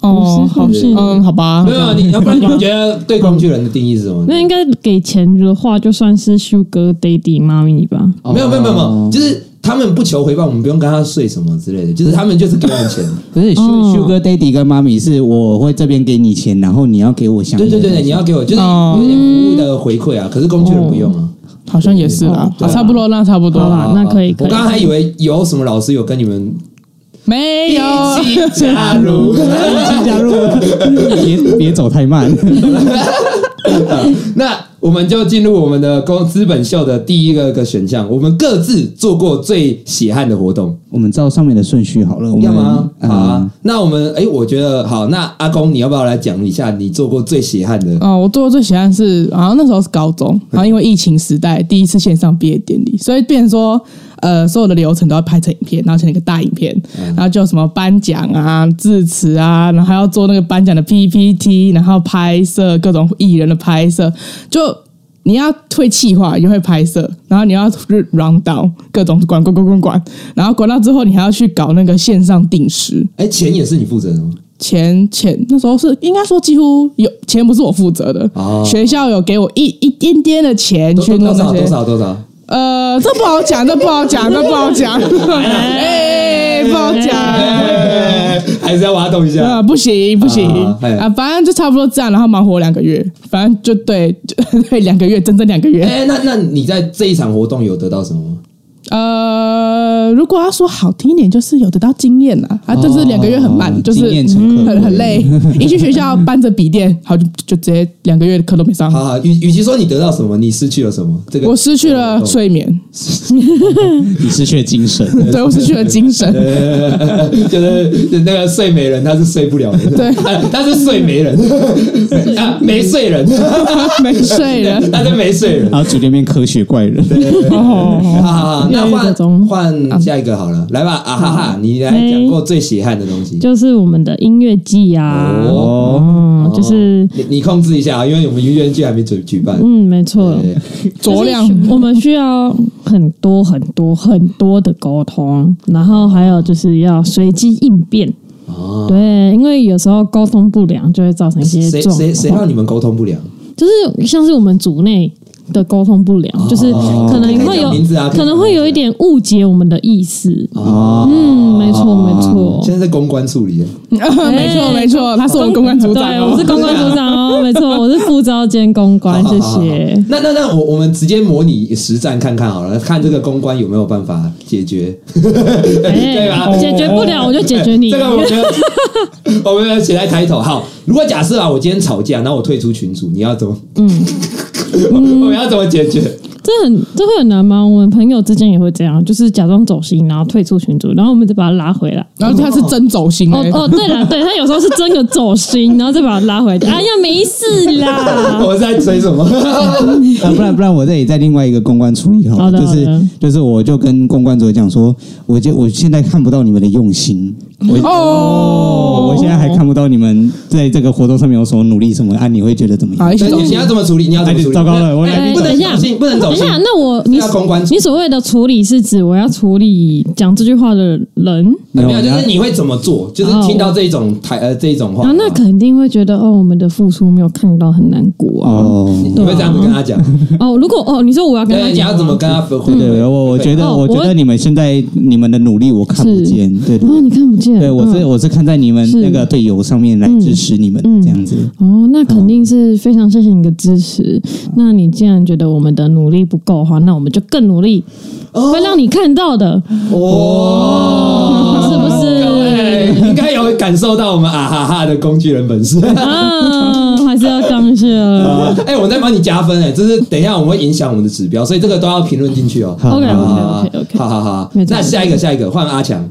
[SPEAKER 4] 哦，好
[SPEAKER 3] 不是不是
[SPEAKER 4] 嗯，好吧
[SPEAKER 1] 没。有，啊你要不然你们觉得对工具人的定义是什么？
[SPEAKER 3] 那应该给钱的话，就算是 Sugar Daddy 妈咪吧。
[SPEAKER 1] 没有没有没有没有，
[SPEAKER 2] 哦
[SPEAKER 1] 就是他们不求回报，我们不用跟他睡什么之类的，就是他们就是给我们钱。
[SPEAKER 2] 不是 Su-
[SPEAKER 3] 哦
[SPEAKER 2] Sugar Daddy 跟妈咪是我会这边给你钱，然后你要给我相 应
[SPEAKER 1] 对
[SPEAKER 2] 的
[SPEAKER 1] 对对
[SPEAKER 2] 东
[SPEAKER 1] 对，
[SPEAKER 2] 西
[SPEAKER 1] 你要给我就是
[SPEAKER 3] 哦
[SPEAKER 1] 有点服务的回馈啊，可是工具人不用啊。
[SPEAKER 4] 好像也是啦
[SPEAKER 1] 哦，对啊
[SPEAKER 4] 好差不多，那差不多
[SPEAKER 3] 好啦
[SPEAKER 4] 啦，
[SPEAKER 1] 啊
[SPEAKER 3] 哦那可以可以
[SPEAKER 1] 我刚刚还以为有什么老师有跟你们
[SPEAKER 4] 没有。
[SPEAKER 1] 一起加入。
[SPEAKER 2] 请加入， 别别走太慢。
[SPEAKER 1] 那我们就进入我们的公资本秀的第一个个选项，我们各自做过最血汗的活动，
[SPEAKER 2] 我们照上面的顺序好
[SPEAKER 4] 嗯
[SPEAKER 2] 了，我们
[SPEAKER 1] 要吗？好啊
[SPEAKER 2] 啊，，
[SPEAKER 1] 那我们哎，我觉得好，那阿公你要不要来讲一下你做过最血汗的？
[SPEAKER 4] 哦，我做的最喜欢是，好像那时候是高中，然后因为疫情时代第一次线上毕业典礼，所以变成说，呃，所有的流程都要拍成影片，然后成一个大影片，然后就有什么颁奖啊、致辞啊，然后还要做那个颁奖的 PPT，然后拍摄各种艺人的拍摄，就你要会气化，也会拍摄，然后你要 round down 各种管管管管管，然后管到之后，你还要去搞那个线上定时，
[SPEAKER 1] 哎，钱也是你负责的吗？
[SPEAKER 4] 钱钱那时候是应该说几乎有钱不是我负责的，
[SPEAKER 1] 哦
[SPEAKER 4] 学校有给我一一点点的钱
[SPEAKER 1] 多
[SPEAKER 4] 去
[SPEAKER 1] 多
[SPEAKER 4] 弄
[SPEAKER 1] 少
[SPEAKER 4] 那些
[SPEAKER 1] 多，少多少？
[SPEAKER 4] 呃，这不好讲，这不好讲，这不好讲， 哎，不好讲。
[SPEAKER 1] 哎，还是要挖洞一
[SPEAKER 4] 啊、
[SPEAKER 1] 下。
[SPEAKER 4] 不行不行
[SPEAKER 1] 啊
[SPEAKER 4] 啊
[SPEAKER 1] 哎
[SPEAKER 4] 反正就差不多这样，然后忙活两个月，反正就对就 对两个月，整整两个月。
[SPEAKER 1] 哎，那那你在这一场活动有得到什么吗？
[SPEAKER 4] 呃，如果要说好听一点，就是有得到经验啦，啊，就是两个月很慢，
[SPEAKER 2] 哦
[SPEAKER 4] 就是
[SPEAKER 2] 经验乘客
[SPEAKER 4] 很很累，一去学校搬着笔电，好就就直接两个月的课都没上。
[SPEAKER 1] 好好，与与其说你得到什么，你失去了什么？这个
[SPEAKER 4] 我失去
[SPEAKER 1] 嗯
[SPEAKER 4] 了睡眠，
[SPEAKER 2] 你失去了精神。
[SPEAKER 4] 对我失去了精神，
[SPEAKER 1] 呃， 就是那个睡美人，他是睡不了的，
[SPEAKER 4] 对
[SPEAKER 1] 啊， 他是睡美人， 啊，没睡人，
[SPEAKER 4] 啊没睡
[SPEAKER 3] 啊
[SPEAKER 4] 了。
[SPEAKER 1] 他是没睡人。
[SPEAKER 2] 然后逐渐变科学怪人，
[SPEAKER 1] 好
[SPEAKER 3] 嗯
[SPEAKER 4] 哦，
[SPEAKER 1] 好好，那
[SPEAKER 3] 越来越
[SPEAKER 1] 换
[SPEAKER 3] 中
[SPEAKER 1] 换下一个好了，来吧，啊哈哈，你来讲过最血汗的东西。
[SPEAKER 3] 就是我们的音乐季啊，哦，就是
[SPEAKER 1] 你你控制一下啊，因为我们音乐剧还没举举办。
[SPEAKER 3] 嗯，没错，
[SPEAKER 1] 对
[SPEAKER 4] 酌量
[SPEAKER 3] 就是需我们需要很多很多很多的沟通，然后还有就是要随机应变。
[SPEAKER 1] 哦，
[SPEAKER 3] 对，因为有时候沟通不良就会造成一些
[SPEAKER 1] 谁
[SPEAKER 3] 状
[SPEAKER 1] 谁谁
[SPEAKER 3] 况，哦
[SPEAKER 1] 让你们沟通不良？
[SPEAKER 3] 就是像是我们组内的沟通不良，就是可能
[SPEAKER 1] 可以
[SPEAKER 3] 会有
[SPEAKER 1] 讲名字啊可以讲名字
[SPEAKER 3] 可能会有一点误解我们的意思。
[SPEAKER 2] 哦，
[SPEAKER 3] 嗯，没错没错，哎
[SPEAKER 1] 现在在公关处理，
[SPEAKER 4] 啊没错没错，他是我们公关组长
[SPEAKER 3] 对，
[SPEAKER 4] 哦，
[SPEAKER 3] 我是公关组长哦，没错，我是副招兼公关，谢谢。
[SPEAKER 1] 那那那我我们直接模拟实战看看好了，看这个公关有没有办法解决， 对吧？
[SPEAKER 3] 哎解决不了我就解决你。
[SPEAKER 1] 这个我觉得 我们写在抬头。好，如果假设啊，我今天吵架，然后我退出群组，你要怎么？嗯， 我们要怎么解决？
[SPEAKER 3] 这很这会很难吗？我们朋友之间也会这样，就是假装走心，然后退出群组，然后我们再把他拉回来。
[SPEAKER 4] 然后他是真走心
[SPEAKER 3] 哦
[SPEAKER 4] 欸
[SPEAKER 3] 哦，对了，对他有时候是真的走心，然后再把他拉回来。哎呀，没事 啦。
[SPEAKER 1] 我在追 什么？
[SPEAKER 2] 啊，不然不然我这里在另外一个公关处理好
[SPEAKER 3] 好
[SPEAKER 2] 了，
[SPEAKER 3] 的
[SPEAKER 2] 就
[SPEAKER 3] 好的
[SPEAKER 2] 是就是我就跟公关组讲说，我就我现在看不到你们的用心，我
[SPEAKER 4] 哦
[SPEAKER 2] 我现在还看不到你们在这个活动上面有什么努力什么，啊，你会觉得怎么样？
[SPEAKER 4] 啊，一起
[SPEAKER 1] 那
[SPEAKER 4] 走
[SPEAKER 1] 你你
[SPEAKER 4] 心
[SPEAKER 1] 要怎么处理？你要怎么处理？
[SPEAKER 2] 糟糕了我来
[SPEAKER 3] 哎
[SPEAKER 1] 不
[SPEAKER 3] 等
[SPEAKER 1] 能
[SPEAKER 3] 一
[SPEAKER 1] 走
[SPEAKER 3] 下，
[SPEAKER 1] 心，不能走
[SPEAKER 3] 等一
[SPEAKER 1] 心。
[SPEAKER 3] 下，那我你
[SPEAKER 1] 要公关
[SPEAKER 3] 你所谓的处理是指我要处理讲这句话的人
[SPEAKER 1] 没有，就
[SPEAKER 2] 然后
[SPEAKER 1] 是你会怎么做？就是
[SPEAKER 3] 哦
[SPEAKER 1] 听到这种台呃这种话
[SPEAKER 3] 啊，，那肯定会觉得哦，我们的付出没有看到，很难过啊。
[SPEAKER 2] 哦，
[SPEAKER 1] 你会这样子跟他讲？
[SPEAKER 3] 哦，如果哦，你说我要跟他
[SPEAKER 1] 对，
[SPEAKER 3] 讲，
[SPEAKER 1] 你要怎么？跟他分？
[SPEAKER 2] 对对，我我觉得
[SPEAKER 3] 哦
[SPEAKER 2] 我觉
[SPEAKER 3] 我
[SPEAKER 2] 得你们现在你们的努力我看不
[SPEAKER 3] 是
[SPEAKER 2] 见，对对
[SPEAKER 3] 哦，你看不见，
[SPEAKER 2] 对，我是
[SPEAKER 3] 嗯
[SPEAKER 2] 我是看在你们
[SPEAKER 3] 是
[SPEAKER 2] 那个队友上面来支持你们
[SPEAKER 3] 嗯
[SPEAKER 2] 这样子。
[SPEAKER 3] 哦，那肯定是非常谢谢你的支持。那你既然觉得我们的努力不够的话，那我们就更努力，会让你看到的，
[SPEAKER 1] 哦，
[SPEAKER 3] 是不
[SPEAKER 1] 对，
[SPEAKER 3] 是？
[SPEAKER 1] 应该有感受到我们啊哈哈的工具人本事。
[SPEAKER 3] 啊，还是要感谢啊了。
[SPEAKER 1] 哎，我在帮你加分哎，这是等一下我们会影响我们的指标，所以这个都要评论进去哦。
[SPEAKER 2] 好
[SPEAKER 3] OK
[SPEAKER 1] 好
[SPEAKER 3] OK OK OK，
[SPEAKER 1] 好好好
[SPEAKER 3] 没，错
[SPEAKER 1] 那下一个下一个换阿强，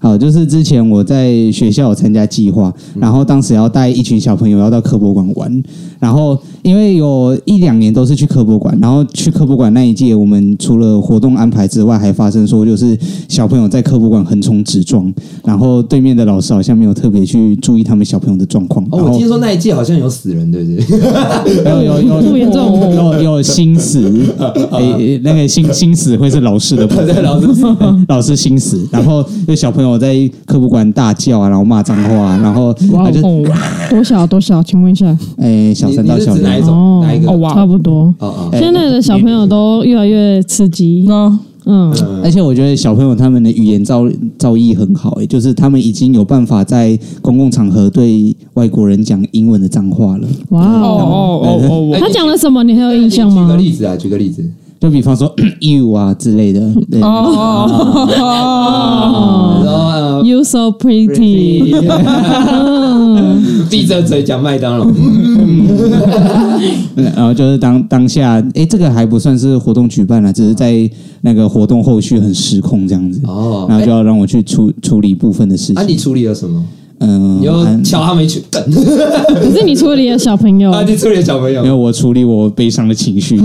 [SPEAKER 2] 好，啊就是之前我在学校有参加计划，
[SPEAKER 1] 嗯
[SPEAKER 2] 然后当时要带一群小朋友要到科博馆玩，然后因为有一两年都是去科博馆，然后去科博馆那一届，我们除了活动安排之外，还发生说就是小朋友在科博馆横冲直撞，然后对面的老师好像没有特别去注意他们小朋友的状况。
[SPEAKER 1] 哦，
[SPEAKER 2] 然
[SPEAKER 1] 我
[SPEAKER 2] 后
[SPEAKER 1] 听说那一届好像有死人，对不对？
[SPEAKER 2] 有有有
[SPEAKER 3] 这么严重
[SPEAKER 2] 有有心死，诶、诶那个心心死会是老师的部分，
[SPEAKER 1] 对老师
[SPEAKER 2] 呃老师心死，然后就小朋友在科普馆大叫啊，然后骂脏话啊、然后
[SPEAKER 3] 哇
[SPEAKER 2] 他就
[SPEAKER 3] 哦，多少多少？请问一下，
[SPEAKER 2] 诶、小
[SPEAKER 1] 你
[SPEAKER 2] 三到
[SPEAKER 1] 你是
[SPEAKER 2] 小
[SPEAKER 1] 指
[SPEAKER 2] 六
[SPEAKER 1] 哪一种？
[SPEAKER 3] 哦
[SPEAKER 1] 哪一个？
[SPEAKER 4] 哦
[SPEAKER 1] 哦
[SPEAKER 4] 哇，
[SPEAKER 3] 差不多。
[SPEAKER 1] 哦，
[SPEAKER 2] 哎
[SPEAKER 3] 现在的小朋友都越来越刺激，
[SPEAKER 4] 那
[SPEAKER 3] 嗯，
[SPEAKER 2] 而且我觉得小朋友他们的语言造造诣很好、诶，就是他们已经有办法在公共场合对外国人讲英文的脏话了。
[SPEAKER 3] 哇哦，
[SPEAKER 4] 哦哦哦哦，
[SPEAKER 1] 哎
[SPEAKER 4] 我
[SPEAKER 3] 他讲了什么？你还有印象
[SPEAKER 1] 举个
[SPEAKER 3] 吗？
[SPEAKER 1] 例子啊，举个例子。
[SPEAKER 2] 就比方说 you 啊之类的，对，
[SPEAKER 4] 哦哦哦哦，
[SPEAKER 1] 然
[SPEAKER 3] 哦
[SPEAKER 1] 后呃
[SPEAKER 3] ，You so pretty，嗯，
[SPEAKER 1] 闭着嘴讲麦当劳，嗯
[SPEAKER 2] 然后就是当当下，诶，这个还不算是活动举办了，只是在那个活动后续很失控这样子。
[SPEAKER 1] 哦
[SPEAKER 2] 然后就要让我去处处理部分的事
[SPEAKER 1] 啊，你
[SPEAKER 2] 情。
[SPEAKER 1] 处理了什么？
[SPEAKER 2] 嗯
[SPEAKER 1] 你，又
[SPEAKER 2] 还
[SPEAKER 1] 敲他们一拳，干
[SPEAKER 3] 可是你处理了小 朋友
[SPEAKER 1] 啊，，你处理了小朋友
[SPEAKER 2] 没，有我处理我悲伤的情绪， 处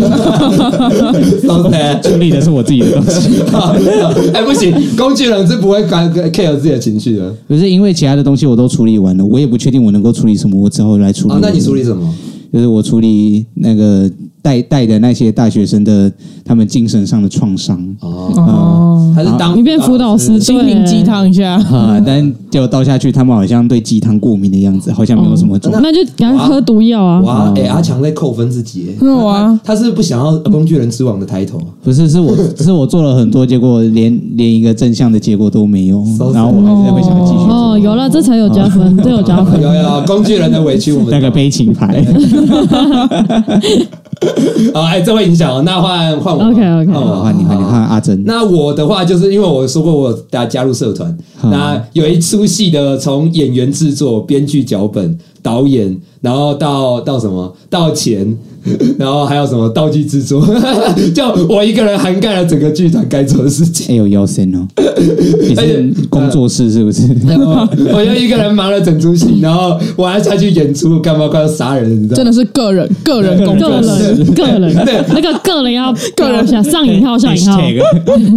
[SPEAKER 1] 收台。
[SPEAKER 2] 理的是我自己的东西，
[SPEAKER 1] 哎，不行，工具人是不会管 care 自己的情绪的。
[SPEAKER 2] 不是因为其他的东西我都处理完了，我也不确定我能够处理什么，我只好来处理
[SPEAKER 1] 啊
[SPEAKER 2] 我，的。
[SPEAKER 1] 那你处理什么？
[SPEAKER 2] 就是我处理那个带带的那些大学生的他们精神上的 创伤。
[SPEAKER 1] 哦，
[SPEAKER 4] 哦
[SPEAKER 1] 还是当啊
[SPEAKER 3] 你变啊辅导师
[SPEAKER 4] 心灵鸡汤一下，
[SPEAKER 2] 啊！
[SPEAKER 1] 嗯
[SPEAKER 2] 但就倒下去，他们好像对鸡汤过敏的样子，好像没有什么
[SPEAKER 1] 哦
[SPEAKER 2] 状。
[SPEAKER 3] 那就给他喝毒药啊！
[SPEAKER 1] 哇，哎，阿强在扣分自己，哎
[SPEAKER 4] 那我啊，
[SPEAKER 1] 他是不是不想要工具人之王的抬头。
[SPEAKER 2] 不是，是我是我做了很多，结果连连一个正向的结果都没有，然后我还是会想继续做
[SPEAKER 3] 哦，有了，这才有加分，这有加 分。
[SPEAKER 1] 有有，工具人的委屈我们
[SPEAKER 2] 那个悲情 牌。
[SPEAKER 1] 啊，哎，这会影响哦。那换换我吧
[SPEAKER 3] OK，OK
[SPEAKER 1] 换我
[SPEAKER 2] 好，哦你好，你好，阿珍。
[SPEAKER 1] 那我的话就是因为我说过我加加入社团，
[SPEAKER 2] 嗯
[SPEAKER 1] 那有一出戏的从演员制作、编剧、脚本、导演，然后到到什么到钱， 然后还有什么道具制作， 就我一个人涵盖了整个剧团该做的事情。
[SPEAKER 2] 哎呦，腰身 哦，你是工作室是不是？
[SPEAKER 3] 哎
[SPEAKER 1] 我我就一个人忙了整出戏，然后我还下去演出，干嘛快要杀人，你知道
[SPEAKER 4] 真
[SPEAKER 1] 吗？
[SPEAKER 4] 的是个人个人工
[SPEAKER 3] 个
[SPEAKER 4] 作室，
[SPEAKER 3] 人，个人，那个个人要 个人下上引号，上引号。
[SPEAKER 2] Hashtag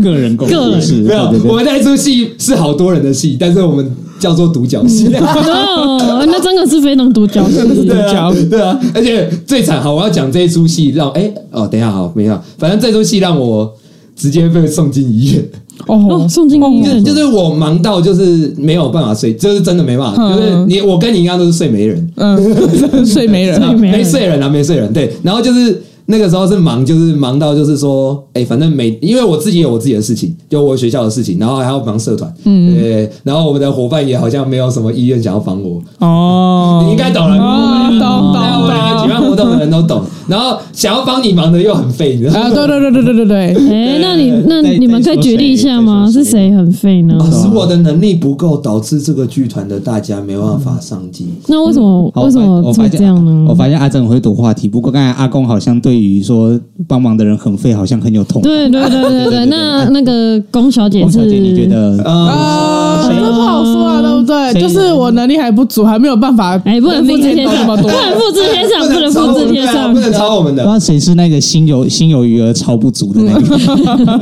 [SPEAKER 2] 个人工
[SPEAKER 3] 个
[SPEAKER 2] 作
[SPEAKER 3] 人
[SPEAKER 2] 室，
[SPEAKER 1] 没有
[SPEAKER 2] 对对，
[SPEAKER 1] 我们
[SPEAKER 2] 对。
[SPEAKER 1] 那一出戏是好多人的戏，但是我们叫做独角戏。
[SPEAKER 3] 哦，那真的是非常独角戏。
[SPEAKER 1] 对啊，对啊，而且最惨好，我要讲这一出戏让哎、哦，等一下好，没有，反正这出戏让我直接被送进医院，
[SPEAKER 3] 哦，
[SPEAKER 4] 哦，
[SPEAKER 3] 送进医
[SPEAKER 1] 就是
[SPEAKER 3] 院，
[SPEAKER 1] 就是我忙到就是没有办法睡，就是真的没办法，
[SPEAKER 4] 嗯
[SPEAKER 1] 就是你我跟你一样都是睡美人，
[SPEAKER 4] 嗯，睡美人，
[SPEAKER 3] 睡美
[SPEAKER 1] 啊
[SPEAKER 3] 人
[SPEAKER 1] 没睡人啊，没睡人，对，然后就是。那个时候是忙，就是忙到就是说，哎、反正每因为我自己有我自己的事情，就我学校的事情，然后还要忙社团，嗯，对，然后我们的伙伴也好像没有什么意愿想要帮我，
[SPEAKER 4] 哦，
[SPEAKER 1] 你应该懂了，
[SPEAKER 4] 哦懂懂
[SPEAKER 1] 对我们两个举办活动的人都懂，然后想要帮你忙的又很废，你知道吗？
[SPEAKER 4] 啊，对对对对对对对，
[SPEAKER 3] 哎，那你那
[SPEAKER 5] 再
[SPEAKER 3] 你们可以举例一下吗？
[SPEAKER 5] 再
[SPEAKER 3] 是
[SPEAKER 5] 说谁
[SPEAKER 3] 谁很废呢？
[SPEAKER 1] 哦是我的能力不够，导致这个剧团的大家没办法上进。
[SPEAKER 3] 那为什么
[SPEAKER 2] 好
[SPEAKER 3] 为什么
[SPEAKER 2] 我发
[SPEAKER 3] 会
[SPEAKER 2] 现
[SPEAKER 3] 这样呢
[SPEAKER 2] 我？发现阿正很会读话题，不过刚才阿公好像对于说帮忙的人很废，好像很有同感。
[SPEAKER 3] 对对对对对，那那个龚小姐
[SPEAKER 2] 王
[SPEAKER 3] 是
[SPEAKER 2] 小姐，你觉得？
[SPEAKER 1] 呃
[SPEAKER 4] 啊，这不好说啊，对不对？就是我能力还不足，还没有办法，
[SPEAKER 3] 哎，不能复制贴
[SPEAKER 4] 这
[SPEAKER 3] 上，
[SPEAKER 4] 么
[SPEAKER 3] 不
[SPEAKER 4] 多，
[SPEAKER 3] 能复制贴上，不能
[SPEAKER 1] 抄
[SPEAKER 3] 复
[SPEAKER 1] 我
[SPEAKER 3] 制
[SPEAKER 1] 们
[SPEAKER 3] 贴
[SPEAKER 1] 的啊
[SPEAKER 3] 上
[SPEAKER 1] 不。能抄我们
[SPEAKER 2] 不
[SPEAKER 1] 的
[SPEAKER 2] 知。道谁是那个心有心有余而超不足的那个。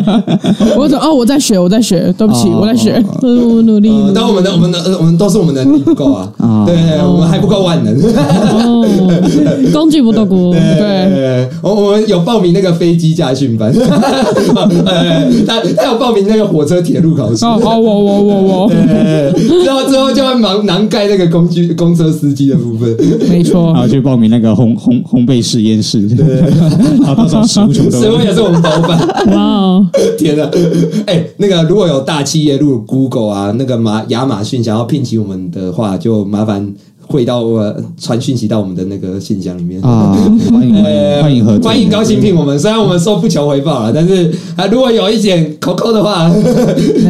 [SPEAKER 4] 我怎哦，我在学，我在学，对不起，
[SPEAKER 2] 哦
[SPEAKER 4] 我在学，
[SPEAKER 3] 我努力
[SPEAKER 1] 呃但我们的我们的呃我们都是我们能力不够啊，
[SPEAKER 2] 哦
[SPEAKER 1] 对对，我们还不够万能。
[SPEAKER 3] 哦，工具不斗国，
[SPEAKER 1] 对，呃我我们有报名那个飞机驾训班， 哎他他有报名那个火车铁路考试。
[SPEAKER 4] 哦哦，我我我我，
[SPEAKER 1] 哎然后之后就会忙囊盖那个公居公车司机的部分，
[SPEAKER 4] 没 错
[SPEAKER 2] 然，后去报名那个烘烘烘焙实验 室，然后到时候食物全部
[SPEAKER 1] 所以
[SPEAKER 2] 都
[SPEAKER 1] 我也是我们老板。
[SPEAKER 3] 哇哦，
[SPEAKER 1] 天啊！哎、那个如果有大企业，例如 Google 啊，那个马亚马逊想要聘请我们的话，就麻烦汇到我传讯息到我们的那个信箱里面。
[SPEAKER 2] 啊，欢迎欢
[SPEAKER 1] 呃
[SPEAKER 2] 迎欢迎合作，
[SPEAKER 1] 欢迎高薪聘我们。虽然我们说不求回报了，但是啊，如果有一点扣扣的话，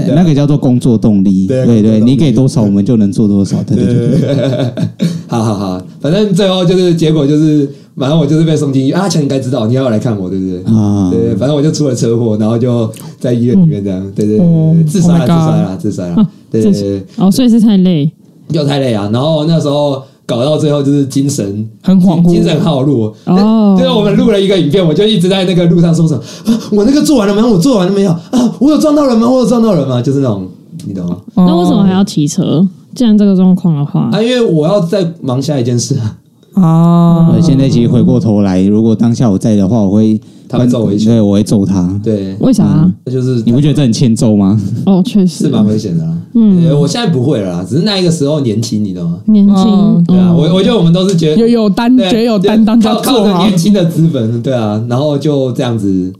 [SPEAKER 2] 那那个叫做工作动力，
[SPEAKER 1] 对
[SPEAKER 2] 对
[SPEAKER 1] 工作
[SPEAKER 2] 对，
[SPEAKER 1] 动力
[SPEAKER 2] 你给多少我们就能做多少，对对对。
[SPEAKER 1] 好好好，反正最后就是结果就是，反正我就是被送进医院啊，强你应该知道你要来看我，对不对？
[SPEAKER 2] 啊
[SPEAKER 1] 对，反正我就出了车祸，然后就在医院里面这样，对对对对对，
[SPEAKER 4] 哦
[SPEAKER 1] 自杀了，
[SPEAKER 4] Oh my
[SPEAKER 1] 自杀了，自杀了，嗯对对对，
[SPEAKER 3] 哦，所以是太累，
[SPEAKER 1] 又太累啊。然后那时候搞到最后就是精神
[SPEAKER 4] 很恍
[SPEAKER 1] 精
[SPEAKER 4] 惚，
[SPEAKER 1] 神耗弱。
[SPEAKER 3] 哦
[SPEAKER 1] 就是我们录了一个影片，我就一直在那个路上说什么、啊我那个做完了吗？我做完了没有？啊，我有撞到人吗？我有撞到人吗？就是那种，你懂吗？
[SPEAKER 3] 那为什
[SPEAKER 1] 哦
[SPEAKER 3] 么还要骑车？既然这个状况的话，
[SPEAKER 1] 啊，因为我要再忙下一件事啊。
[SPEAKER 4] 啊
[SPEAKER 3] 哦
[SPEAKER 2] 呃，？现在其实回过头来，如果当下我在的话，我会
[SPEAKER 1] 他会揍我一拳
[SPEAKER 2] 对，我会揍他。
[SPEAKER 1] 对，
[SPEAKER 3] 为啥？
[SPEAKER 1] 那就是
[SPEAKER 2] 你不觉得这很欠揍吗？
[SPEAKER 3] 哦，确
[SPEAKER 1] 嗯是
[SPEAKER 3] 实，
[SPEAKER 1] 蛮危险的啦。
[SPEAKER 3] 嗯
[SPEAKER 1] 对我现在不会了啦，只是那一个时候年轻，你懂吗？
[SPEAKER 3] 年轻
[SPEAKER 4] 嗯，
[SPEAKER 1] 对啊，
[SPEAKER 3] 嗯
[SPEAKER 1] 我我觉得我们都是觉得
[SPEAKER 4] 有有担，
[SPEAKER 1] 对
[SPEAKER 4] 觉得有担当就
[SPEAKER 1] 靠
[SPEAKER 4] 要
[SPEAKER 1] 靠
[SPEAKER 4] 做啊
[SPEAKER 1] 着
[SPEAKER 4] 好
[SPEAKER 1] 年，轻的资本，对啊，然后就这样子，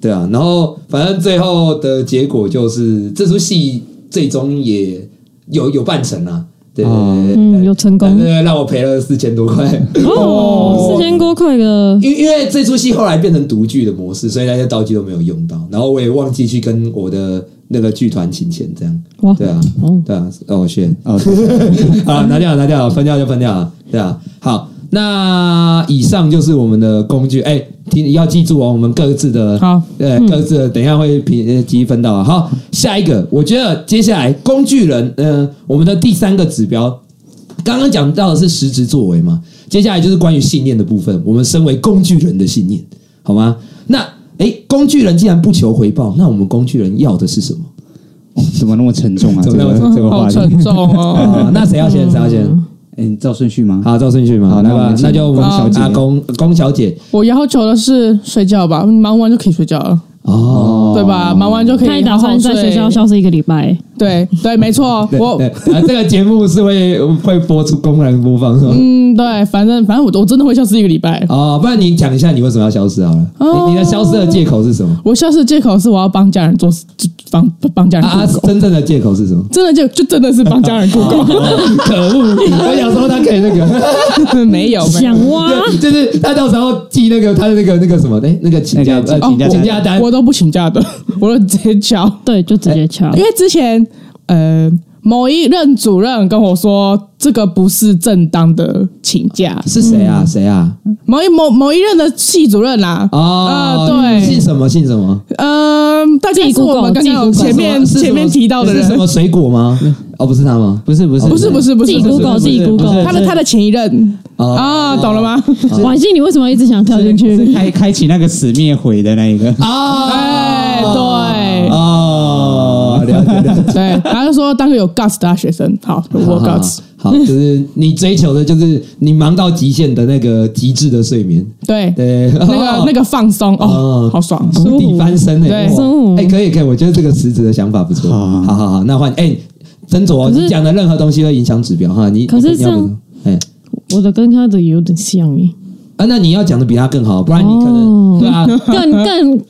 [SPEAKER 1] 对啊，然后反正最后的结果就是这出戏最终也有有办成啊，对对
[SPEAKER 4] 哦
[SPEAKER 1] 对对
[SPEAKER 3] 嗯，有成
[SPEAKER 1] 对
[SPEAKER 3] 功
[SPEAKER 1] 对，让我赔了四千多块，
[SPEAKER 3] 哦，四千多块的
[SPEAKER 1] 因为因为这出戏后来变成独剧的模式，所以那些道具都没有用到，然后我也忘记去跟我的那个剧团请钱，这样，
[SPEAKER 3] 哇
[SPEAKER 1] 对啊，
[SPEAKER 3] 哦，
[SPEAKER 1] 对啊，哦，谢。
[SPEAKER 2] 哦，
[SPEAKER 1] 啊，拿掉，拿掉，分掉就分掉了，对啊。好，那以上就是我们的工具，哎、听要记住哦，我们各自的
[SPEAKER 4] 好，嗯
[SPEAKER 1] 对，各自的，等一下会评呃积分到啊。好，下一个，我觉得接下来工具人，嗯、我们的第三个指标，刚刚讲到的是实质作为嘛，接下来就是关于信念的部分，我们身为工具人的信念，好吗？那哎，工具人既然不求回报，那我们工具人要的是什么？
[SPEAKER 2] 怎么那么沉重啊？这
[SPEAKER 1] 怎么那么
[SPEAKER 2] 个
[SPEAKER 1] 沉
[SPEAKER 2] 这个话
[SPEAKER 4] 好
[SPEAKER 2] 题，
[SPEAKER 4] 沉重哦。
[SPEAKER 1] 啊、那谁要先？谁要先？
[SPEAKER 2] 嗯，照顺序吗？
[SPEAKER 1] 好，照顺序嘛。
[SPEAKER 2] 好
[SPEAKER 1] 那
[SPEAKER 2] 那我们
[SPEAKER 1] 那
[SPEAKER 2] 请
[SPEAKER 1] 就我们
[SPEAKER 4] 龚
[SPEAKER 1] 小
[SPEAKER 4] 小
[SPEAKER 1] 姐
[SPEAKER 2] 姐
[SPEAKER 1] 啊，龚龚小姐
[SPEAKER 4] 我要求的是睡觉吧，忙完就可以睡觉了，
[SPEAKER 1] 哦，
[SPEAKER 4] 对吧？忙完就可以
[SPEAKER 3] 他也打
[SPEAKER 4] 好好
[SPEAKER 3] 算
[SPEAKER 4] 睡
[SPEAKER 3] 在学校消失一个礼拜，
[SPEAKER 4] 对对，没错，
[SPEAKER 1] 对
[SPEAKER 4] 我
[SPEAKER 1] 对啊，这个节目是会会播出公然播放是吧？
[SPEAKER 4] 嗯，对，反正反正我我真的会消失一个礼拜。
[SPEAKER 1] 哦，不然你讲一下你为什么要消失好了？
[SPEAKER 4] 哦
[SPEAKER 1] 你你的消失的借口是什么？
[SPEAKER 4] 我消失的借口是我要帮家人做事，就帮帮家人
[SPEAKER 1] 啊，啊
[SPEAKER 4] 雇狗，？
[SPEAKER 1] 真正的借口是什么
[SPEAKER 4] 真的就就真的是帮家人雇狗，
[SPEAKER 1] 可恶！我想说他可以那个，
[SPEAKER 4] 没有没有
[SPEAKER 3] 想挖
[SPEAKER 1] 就是他到时候寄那个他的那个那个什么，哎，那个请假
[SPEAKER 2] 那个
[SPEAKER 1] 呃
[SPEAKER 2] 请假
[SPEAKER 1] 请假单
[SPEAKER 4] 我，都不请假的， 我都直接交，
[SPEAKER 3] 对，就直接敲
[SPEAKER 1] 哎
[SPEAKER 4] 因，为之前呃某一任主任跟我说这个不是正当的请假，
[SPEAKER 1] 是谁啊？谁啊？
[SPEAKER 4] 某一某某一任的系主任啦、啊，
[SPEAKER 1] 哦，
[SPEAKER 4] 啊对
[SPEAKER 1] 姓什么？姓什么？
[SPEAKER 4] 嗯，大概是我们刚刚有前面
[SPEAKER 1] 是什么
[SPEAKER 4] 前面提到的
[SPEAKER 1] 是什
[SPEAKER 4] 人，
[SPEAKER 1] 么水果吗？哦，不是他吗？
[SPEAKER 2] 不是不是
[SPEAKER 4] 不是不是不
[SPEAKER 3] 自己
[SPEAKER 4] 是不是
[SPEAKER 3] Google，自己 Google。
[SPEAKER 4] 他的他的前一任
[SPEAKER 1] 哦
[SPEAKER 4] 啊，懂了吗？
[SPEAKER 3] 婉欣，你为什么一直想跳进
[SPEAKER 2] 是
[SPEAKER 3] 去？
[SPEAKER 2] 开开启那个死灭毁的那 一个。
[SPEAKER 1] 啊，
[SPEAKER 4] 哎，对。
[SPEAKER 1] 哦，了解了解。
[SPEAKER 4] 对，他就说当个有 guts 的大学生，好，我 guts，
[SPEAKER 1] 好，就是你追求的，就是你忙到极限的那个极致的睡眠，
[SPEAKER 4] 对，
[SPEAKER 1] 对，
[SPEAKER 4] 那个那
[SPEAKER 1] 个
[SPEAKER 4] 个放松
[SPEAKER 1] 哦
[SPEAKER 4] 哦，好爽，
[SPEAKER 1] 谷底翻身呢，
[SPEAKER 4] 对
[SPEAKER 1] 哇哎，可以可以，我觉得这个辞职的想法不错，
[SPEAKER 2] 好
[SPEAKER 1] 好好好，那换哎，斟酌哦，
[SPEAKER 3] 可是
[SPEAKER 1] 你讲的任何东西会影响指标哈，你
[SPEAKER 3] 可是
[SPEAKER 1] 你要不
[SPEAKER 3] 这样
[SPEAKER 1] 哎，
[SPEAKER 3] 我的跟他的有点像耶，
[SPEAKER 1] 啊，那你要讲的比他更好，不然你可能
[SPEAKER 3] 哦
[SPEAKER 1] 对啊，
[SPEAKER 3] 更更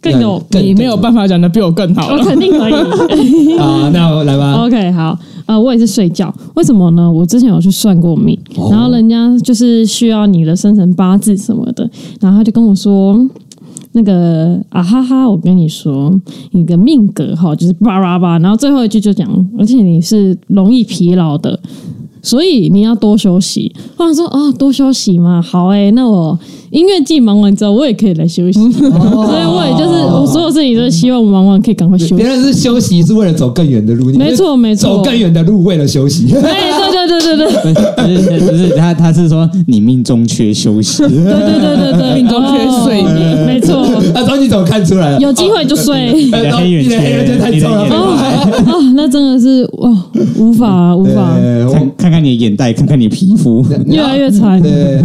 [SPEAKER 3] 更有
[SPEAKER 1] 更
[SPEAKER 4] 你没有办法讲的比我更好
[SPEAKER 3] 我
[SPEAKER 4] 了。
[SPEAKER 3] 肯定可以。
[SPEAKER 1] 啊，那我来吧，
[SPEAKER 3] OK，好，呃，我也是睡觉，为什么呢？我之前有去算过命，
[SPEAKER 1] 哦
[SPEAKER 3] 然后人家就是需要你的生辰八字什么的，然后他就跟我说。那个啊哈哈，我跟你说，你的命格哈就是叭叭叭，然后最后一句就讲，而且你是容易疲劳的，所以你要多休息。我想说哦，多休息嘛，好诶、那我音乐季忙完之后，我也可以来休息，
[SPEAKER 1] 哦
[SPEAKER 3] 所以我也就是我所有事情都是希望我忙完可以赶快休息
[SPEAKER 1] 别。人是休息是为了走更远的路，你
[SPEAKER 3] 没错
[SPEAKER 1] 是
[SPEAKER 3] 没错
[SPEAKER 1] 走更远的路为了休息。
[SPEAKER 3] 哎，对对对对对。
[SPEAKER 2] 不是不是，他他是说你命中缺休息，
[SPEAKER 3] 对对对对对，
[SPEAKER 4] 命中缺睡
[SPEAKER 3] 哦没错，
[SPEAKER 1] 啊，终于怎么看出来了？
[SPEAKER 3] 有机会就睡。
[SPEAKER 1] 哎
[SPEAKER 2] 你的黑眼
[SPEAKER 1] 你的黑眼圈
[SPEAKER 2] 圈
[SPEAKER 1] 太重了
[SPEAKER 2] 你的眼
[SPEAKER 1] 吧
[SPEAKER 2] 圈
[SPEAKER 3] 哦哦，那真的是哇，无法无法，
[SPEAKER 1] 对 哎我
[SPEAKER 2] 看看看你的眼袋，看看你的皮 肤，
[SPEAKER 3] 越来越惨，
[SPEAKER 1] 对，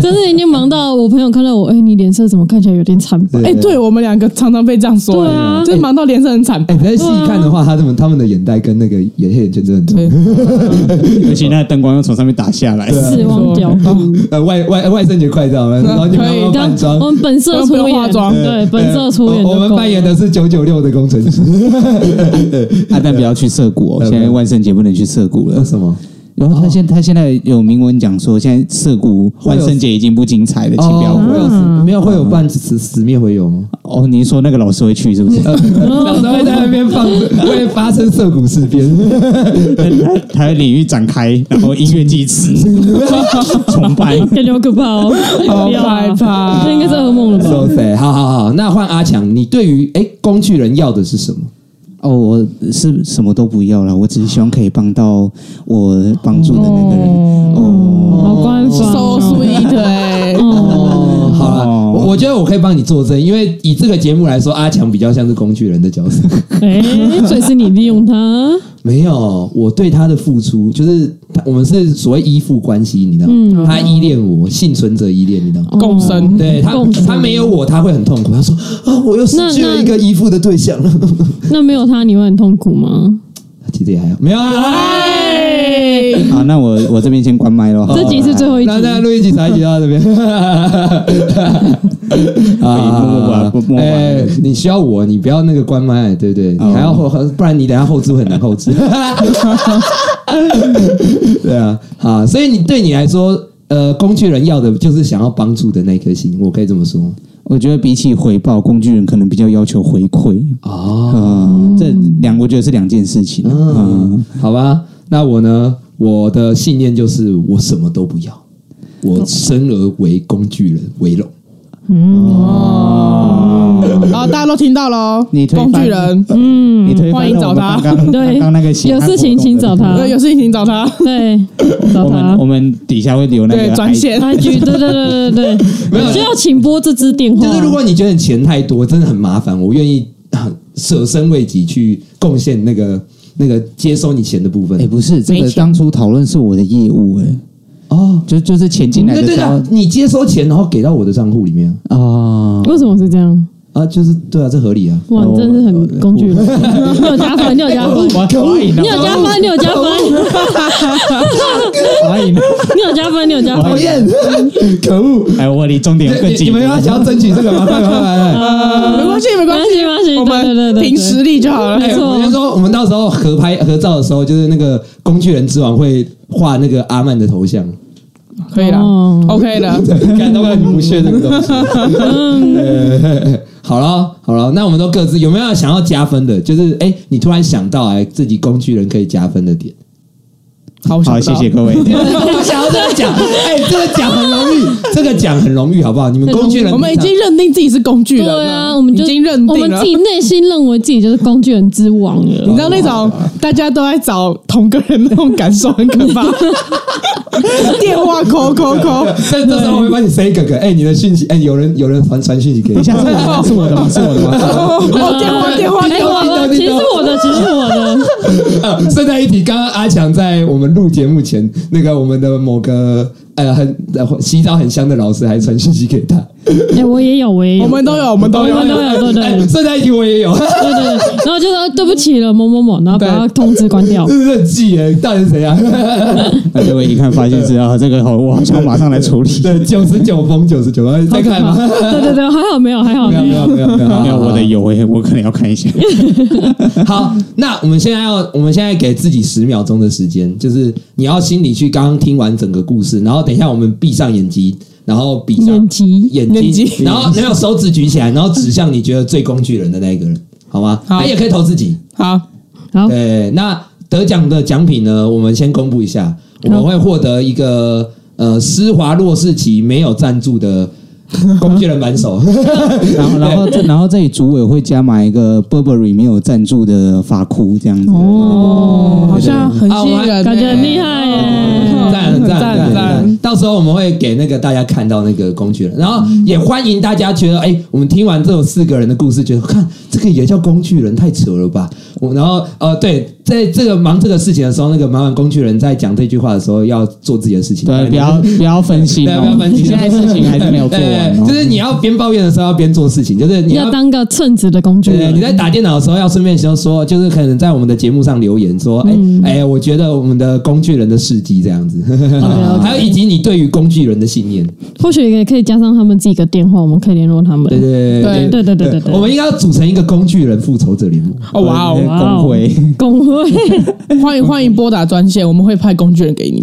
[SPEAKER 3] 真是已经忙到我朋友看到我，哎，你脸色怎么看起来有点惨白？
[SPEAKER 4] 哎，对我们两个常常被这样说，
[SPEAKER 3] 对啊
[SPEAKER 4] 就是忙到脸色很惨
[SPEAKER 1] 哎，
[SPEAKER 4] 白。
[SPEAKER 1] 你再细看的话，他们他们的眼袋跟那个眼黑眼圈真的很重。
[SPEAKER 4] 对，
[SPEAKER 2] 而且那灯光又从上面打下来，
[SPEAKER 1] 啊
[SPEAKER 3] 死亡雕刻。
[SPEAKER 1] 呃，外外外圣节快到了，
[SPEAKER 3] 嗯
[SPEAKER 1] 然后你们
[SPEAKER 4] 可以
[SPEAKER 1] 要
[SPEAKER 3] 刚
[SPEAKER 1] 扮装。哎
[SPEAKER 3] 我们本色出
[SPEAKER 4] 不用
[SPEAKER 3] 演
[SPEAKER 4] 化，妆
[SPEAKER 3] 对，本色出演就
[SPEAKER 1] 我我
[SPEAKER 3] 够了。
[SPEAKER 1] 们扮演的是九九六的工程师，
[SPEAKER 2] 啊，但不要去涩谷哦，
[SPEAKER 1] 对啊
[SPEAKER 2] 现在万圣节不能去涩谷了。
[SPEAKER 1] 什么？
[SPEAKER 2] 然后他现他现在有明文讲说，现在涩谷万圣节已经不精彩了，请不要
[SPEAKER 1] 哦，
[SPEAKER 2] 回
[SPEAKER 1] 会有
[SPEAKER 2] 来。
[SPEAKER 3] 啊
[SPEAKER 1] 死没有会有办死死灭回游吗？
[SPEAKER 2] 哦，您说那个老师会去是 不是？呃
[SPEAKER 1] 老师会在那边放，会发生涩谷事变。
[SPEAKER 2] 他他的领域展开，然后音乐祭 祀，崇拜。
[SPEAKER 3] 感觉好可怕哦，
[SPEAKER 4] 好
[SPEAKER 3] 不要啊
[SPEAKER 4] 害怕
[SPEAKER 3] 这应该是噩梦了吧？
[SPEAKER 1] So sad。好好好，那换阿强，你对于哎工具人要的是什么？
[SPEAKER 2] 哦，我是什么都不要了，我只是希望可以帮到我帮助的那个人。哦，
[SPEAKER 3] 好官方
[SPEAKER 4] So
[SPEAKER 3] 哦，
[SPEAKER 4] sweet 哎，
[SPEAKER 3] 嗯
[SPEAKER 1] 哦，好了，
[SPEAKER 2] 哦
[SPEAKER 1] 我我觉得我可以帮你作证，因为以这个节目来说，阿强比较像是工具人的角色。
[SPEAKER 3] 哎，所以是你利用他，
[SPEAKER 1] 没有，我对他的付出就是他，我们是所谓依附关系，你知道吗？
[SPEAKER 3] 嗯
[SPEAKER 1] 他依恋我，幸存者依恋，你知道吗？
[SPEAKER 4] 共生
[SPEAKER 1] 对他
[SPEAKER 3] 哦共，生
[SPEAKER 1] 他没有我，他会很痛苦。他说：“啊，我又失去
[SPEAKER 3] 那
[SPEAKER 1] 了
[SPEAKER 3] 那
[SPEAKER 1] 一个依附的对象了。
[SPEAKER 3] 那没有他你会很痛苦吗？”
[SPEAKER 1] 其实也还好，没有啊。
[SPEAKER 4] 哎，
[SPEAKER 2] 哦好，那我我这边先关 麦喽。
[SPEAKER 3] 这集是最后一集
[SPEAKER 1] 那，那录一集，才集到这边啊
[SPEAKER 2] 默默默默！
[SPEAKER 1] 哎，你需要我，你不要那个关麦，对不对？你还要后，不然你等下后置会很难后置。 对啊，啊，所以你对你来说，呃，工具人要的就是想要帮助的那颗心，我可以这么说吗
[SPEAKER 2] 我觉得比起回报，工具人可能比较要求回馈。
[SPEAKER 1] 哦。
[SPEAKER 2] 嗯，这两我觉得是两件事情。嗯，
[SPEAKER 1] 嗯，好吧，那我呢？我的信念就是我什么都不要，我生而为工具人为荣。
[SPEAKER 2] 啊
[SPEAKER 4] 然后大家都听到喽，
[SPEAKER 2] 你推翻
[SPEAKER 4] 工具人，
[SPEAKER 3] 嗯
[SPEAKER 2] 你推
[SPEAKER 4] 欢迎找他
[SPEAKER 2] 翻了我们刚刚
[SPEAKER 3] 对
[SPEAKER 2] 刚刚那个血
[SPEAKER 3] 有
[SPEAKER 2] 汗
[SPEAKER 3] 事
[SPEAKER 2] 活
[SPEAKER 3] 情
[SPEAKER 2] 动
[SPEAKER 3] 请
[SPEAKER 2] 的
[SPEAKER 3] 找他
[SPEAKER 4] 呃对，有事情请找
[SPEAKER 3] 嗯
[SPEAKER 4] 他，
[SPEAKER 3] 对，找
[SPEAKER 2] 我
[SPEAKER 3] 他
[SPEAKER 2] 们我们底下会留那
[SPEAKER 4] 对，
[SPEAKER 2] 个
[SPEAKER 4] 专
[SPEAKER 2] ID
[SPEAKER 4] 线。
[SPEAKER 3] IG，对对对对对，
[SPEAKER 1] 没有
[SPEAKER 3] 需要请拨这支电话。
[SPEAKER 1] 就是如果你觉得钱太多，真的很麻烦，我愿意啊舍身为己去贡献那个那个接收你钱的部分。
[SPEAKER 2] 哎、不是，这
[SPEAKER 4] 没
[SPEAKER 2] 个
[SPEAKER 4] 钱
[SPEAKER 2] 当初讨论是我的业务、哎，
[SPEAKER 1] 哦，
[SPEAKER 2] 就就是钱进来
[SPEAKER 1] 对
[SPEAKER 2] 的
[SPEAKER 1] 对
[SPEAKER 2] 时候
[SPEAKER 1] 的，你接收钱然后给到我的账户里面
[SPEAKER 2] 哦，
[SPEAKER 3] 为什么是这样？
[SPEAKER 1] 啊，就是对啊，这合理啊。
[SPEAKER 3] 哇，你真的是很工具人。你有加分，你有加分，
[SPEAKER 2] 我怀疑呢
[SPEAKER 3] 你，有加分，你有加分，
[SPEAKER 2] 怀疑呢，
[SPEAKER 3] 你有加分，你有加
[SPEAKER 1] 讨
[SPEAKER 3] 分。
[SPEAKER 1] 厌， 可恶！
[SPEAKER 2] 哎，我离终点更
[SPEAKER 1] 你
[SPEAKER 2] 近
[SPEAKER 1] 你
[SPEAKER 2] 一
[SPEAKER 1] 们
[SPEAKER 2] 点。
[SPEAKER 1] 要想要争取这个吗？快快快快！
[SPEAKER 4] 没关系，没关系，
[SPEAKER 3] 没关系没
[SPEAKER 4] 我
[SPEAKER 3] 关系对对对
[SPEAKER 4] 们
[SPEAKER 3] 对
[SPEAKER 4] 凭实力就好了。
[SPEAKER 3] 没
[SPEAKER 1] 哎，
[SPEAKER 3] 错
[SPEAKER 1] 我先说，我们到时候合拍合照的时候，就是那个工具人之王会画那个阿曼的头像，
[SPEAKER 4] 可以了
[SPEAKER 3] 哦
[SPEAKER 4] ，OK 的。
[SPEAKER 1] 看到没有？你不屑这个东西。呃好了好了，那我们都各自有没有想要加分的？就是哎、你突然想到哎，自己工具人可以加分的点，
[SPEAKER 4] 好，我想
[SPEAKER 2] 好，
[SPEAKER 4] 不
[SPEAKER 2] 谢
[SPEAKER 4] 到
[SPEAKER 2] 谢。各位。
[SPEAKER 1] 不想要这样讲，哎、这个讲很容易，这个讲很容易，好不好？你们工具人，
[SPEAKER 4] 我们已经认定自己是工具人了，
[SPEAKER 3] 对啊，我们就
[SPEAKER 4] 已经认
[SPEAKER 3] 我
[SPEAKER 4] 定
[SPEAKER 3] 们
[SPEAKER 4] 了
[SPEAKER 3] 自。己内心认为自己就是工具人之王
[SPEAKER 4] 你
[SPEAKER 3] 了。
[SPEAKER 4] 知道那 种大家都在找同个人那种感受很可 怕，电话扣扣扣，
[SPEAKER 1] 这这时候我会帮你 say 哥哥，哎、你的讯息，哎、有人有人传传讯息给
[SPEAKER 2] 等
[SPEAKER 1] 你
[SPEAKER 2] 一。下，是我的吗？是我的吗？是我的吗？
[SPEAKER 4] 哦，电话电话
[SPEAKER 3] 哎
[SPEAKER 4] 电话，
[SPEAKER 3] 我其实我我的，只是我的，
[SPEAKER 1] 啊，顺带一提，刚刚阿强在我们录节目前，那个我们的某个呃很呃洗澡很香的老师还传讯息给他，
[SPEAKER 3] 哎、我也有，我也有，
[SPEAKER 4] 我们都有，我们都有
[SPEAKER 3] 我。们都有，对对
[SPEAKER 1] 哎
[SPEAKER 3] 对
[SPEAKER 1] 顺带一提我也有，
[SPEAKER 3] 对对，对然后就说对不起了，某某某，然后把他通知关
[SPEAKER 2] 哦
[SPEAKER 3] 掉。
[SPEAKER 1] 真是很气耶，到底是 怎样？
[SPEAKER 2] 那结果一看发现是啊，这个好，我好像马上来处理。
[SPEAKER 1] 对，九十九封九十九，哎再看吗？
[SPEAKER 3] 对对对，还好没有，还好
[SPEAKER 1] 没有没有没有没有，好
[SPEAKER 2] 没有我的有诶、我可能要看一下。
[SPEAKER 1] 好，那我们现在要，我们现在给自己十秒钟的时间，就是你要心里去刚刚听完整个故事，然后等一下我们闭上眼睛，然后闭上
[SPEAKER 3] 眼睛
[SPEAKER 1] 眼睛，
[SPEAKER 4] 眼睛
[SPEAKER 1] 然后没有手指举起来，然后指向你觉得最工具人的那一个人，好吗？
[SPEAKER 4] 好
[SPEAKER 1] 他也可以投自己。
[SPEAKER 4] 好，
[SPEAKER 3] 好，
[SPEAKER 1] 对，那得奖的奖品呢，我们先公布一下，我们会获得一个呃施华洛世奇没有赞助的工具人扳 手。
[SPEAKER 2] 然后，然后这，然后这里组委会加买一个 Burberry 没有赞助的发箍这样子。
[SPEAKER 4] 哦，好像很
[SPEAKER 1] 啊我
[SPEAKER 4] 吸
[SPEAKER 1] 还
[SPEAKER 4] 引人，
[SPEAKER 3] 感觉很厉。害
[SPEAKER 4] 啊
[SPEAKER 3] 耶。
[SPEAKER 1] 赞很赞很
[SPEAKER 4] 很
[SPEAKER 1] 赞
[SPEAKER 4] 赞
[SPEAKER 1] 很赞！到时候我们会给那个大家看到那个工具人，然后也欢迎大家觉得，哎、我们听完这种四个人的故事，觉得看这个也叫工具人，太扯了吧！我然后呃，对，在这个忙这个事情的时候，那个忙完工具人在讲这句话的时候，要做自己的事情，
[SPEAKER 2] 对，不要不要分心
[SPEAKER 1] 对，
[SPEAKER 2] 哦，
[SPEAKER 1] 不要分心，
[SPEAKER 2] 你现在事情还是没有做完、
[SPEAKER 1] 对
[SPEAKER 2] 哦，
[SPEAKER 1] 就是你要边抱怨的时候要边做事情，就是你
[SPEAKER 3] 要当个称职的工具
[SPEAKER 1] 对，
[SPEAKER 3] 人，
[SPEAKER 1] 你在打电脑的时候要顺便就说，就是可能在我们的节目上留言说，哎、哎、我觉得我们的工具人的事迹这样子，
[SPEAKER 3] OK，OK
[SPEAKER 1] 还有以及你对于工具人的信念，
[SPEAKER 3] 或许也可以加上他们自己的电话，我们可以联络他们。
[SPEAKER 1] 对对对
[SPEAKER 3] 对对对对对
[SPEAKER 1] 我们应该要组成一个工具人复仇者联盟。
[SPEAKER 4] 哦，哇哦！
[SPEAKER 3] 哇哦
[SPEAKER 2] 工会。
[SPEAKER 3] 工会，
[SPEAKER 4] 欢迎欢迎拨打专线，我们会派工具人给你。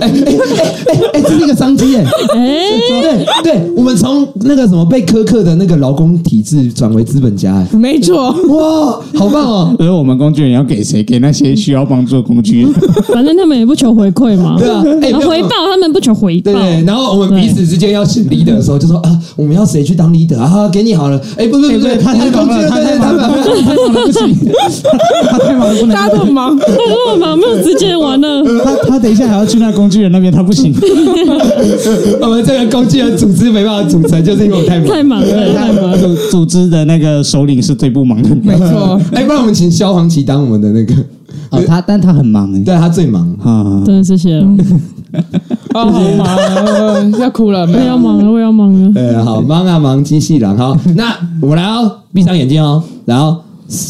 [SPEAKER 1] 哎、这是一个商机哎、
[SPEAKER 3] 哎，
[SPEAKER 1] 对对，我们从那个什么被苛刻的那个劳工体制转为资本家、哎
[SPEAKER 4] 没错，
[SPEAKER 1] 哇，好棒哦！
[SPEAKER 2] 所以我们工具人要给谁？给那些需要帮助的工具人。
[SPEAKER 3] 反正他们也不求回馈嘛，
[SPEAKER 1] 对啊哎
[SPEAKER 3] 然后
[SPEAKER 1] 没
[SPEAKER 3] 回
[SPEAKER 1] 有
[SPEAKER 3] 报他们不求回报
[SPEAKER 1] 对，对，然后我们彼此之间要选 leader 的时候，就说啊，我们要谁去当 leader 啊？给你好了，哎，不不不不，
[SPEAKER 2] 他太忙
[SPEAKER 1] 工具
[SPEAKER 2] 了，
[SPEAKER 1] 人
[SPEAKER 2] 他
[SPEAKER 1] 对
[SPEAKER 2] 太
[SPEAKER 1] 对他们
[SPEAKER 2] 忙了，他太忙了，不行，他太忙了，不能
[SPEAKER 4] 大家都很忙，
[SPEAKER 3] 但是我们没有时间玩了。
[SPEAKER 2] 他他等一下还要去那工具人那边，他不行。
[SPEAKER 1] 我们这个工具人组织没办法组成，就是因为我太忙
[SPEAKER 3] 太。忙了，太忙了。
[SPEAKER 2] 组组织的那个首领是最不忙的
[SPEAKER 4] 没错，
[SPEAKER 1] 哎，不然我们请萧煌奇当我们的那个，
[SPEAKER 2] 哦，他但他很忙哎。
[SPEAKER 1] 对他最忙。
[SPEAKER 2] 啊，
[SPEAKER 3] 真的是谢了，
[SPEAKER 4] 哦，好忙哦，要哭了
[SPEAKER 3] 我
[SPEAKER 4] 没
[SPEAKER 3] 要
[SPEAKER 4] 有？
[SPEAKER 3] 忙了，我要忙了。
[SPEAKER 1] 呃，好，忙啊忙，机器人。好，那我们来哦，闭上眼睛哦，然后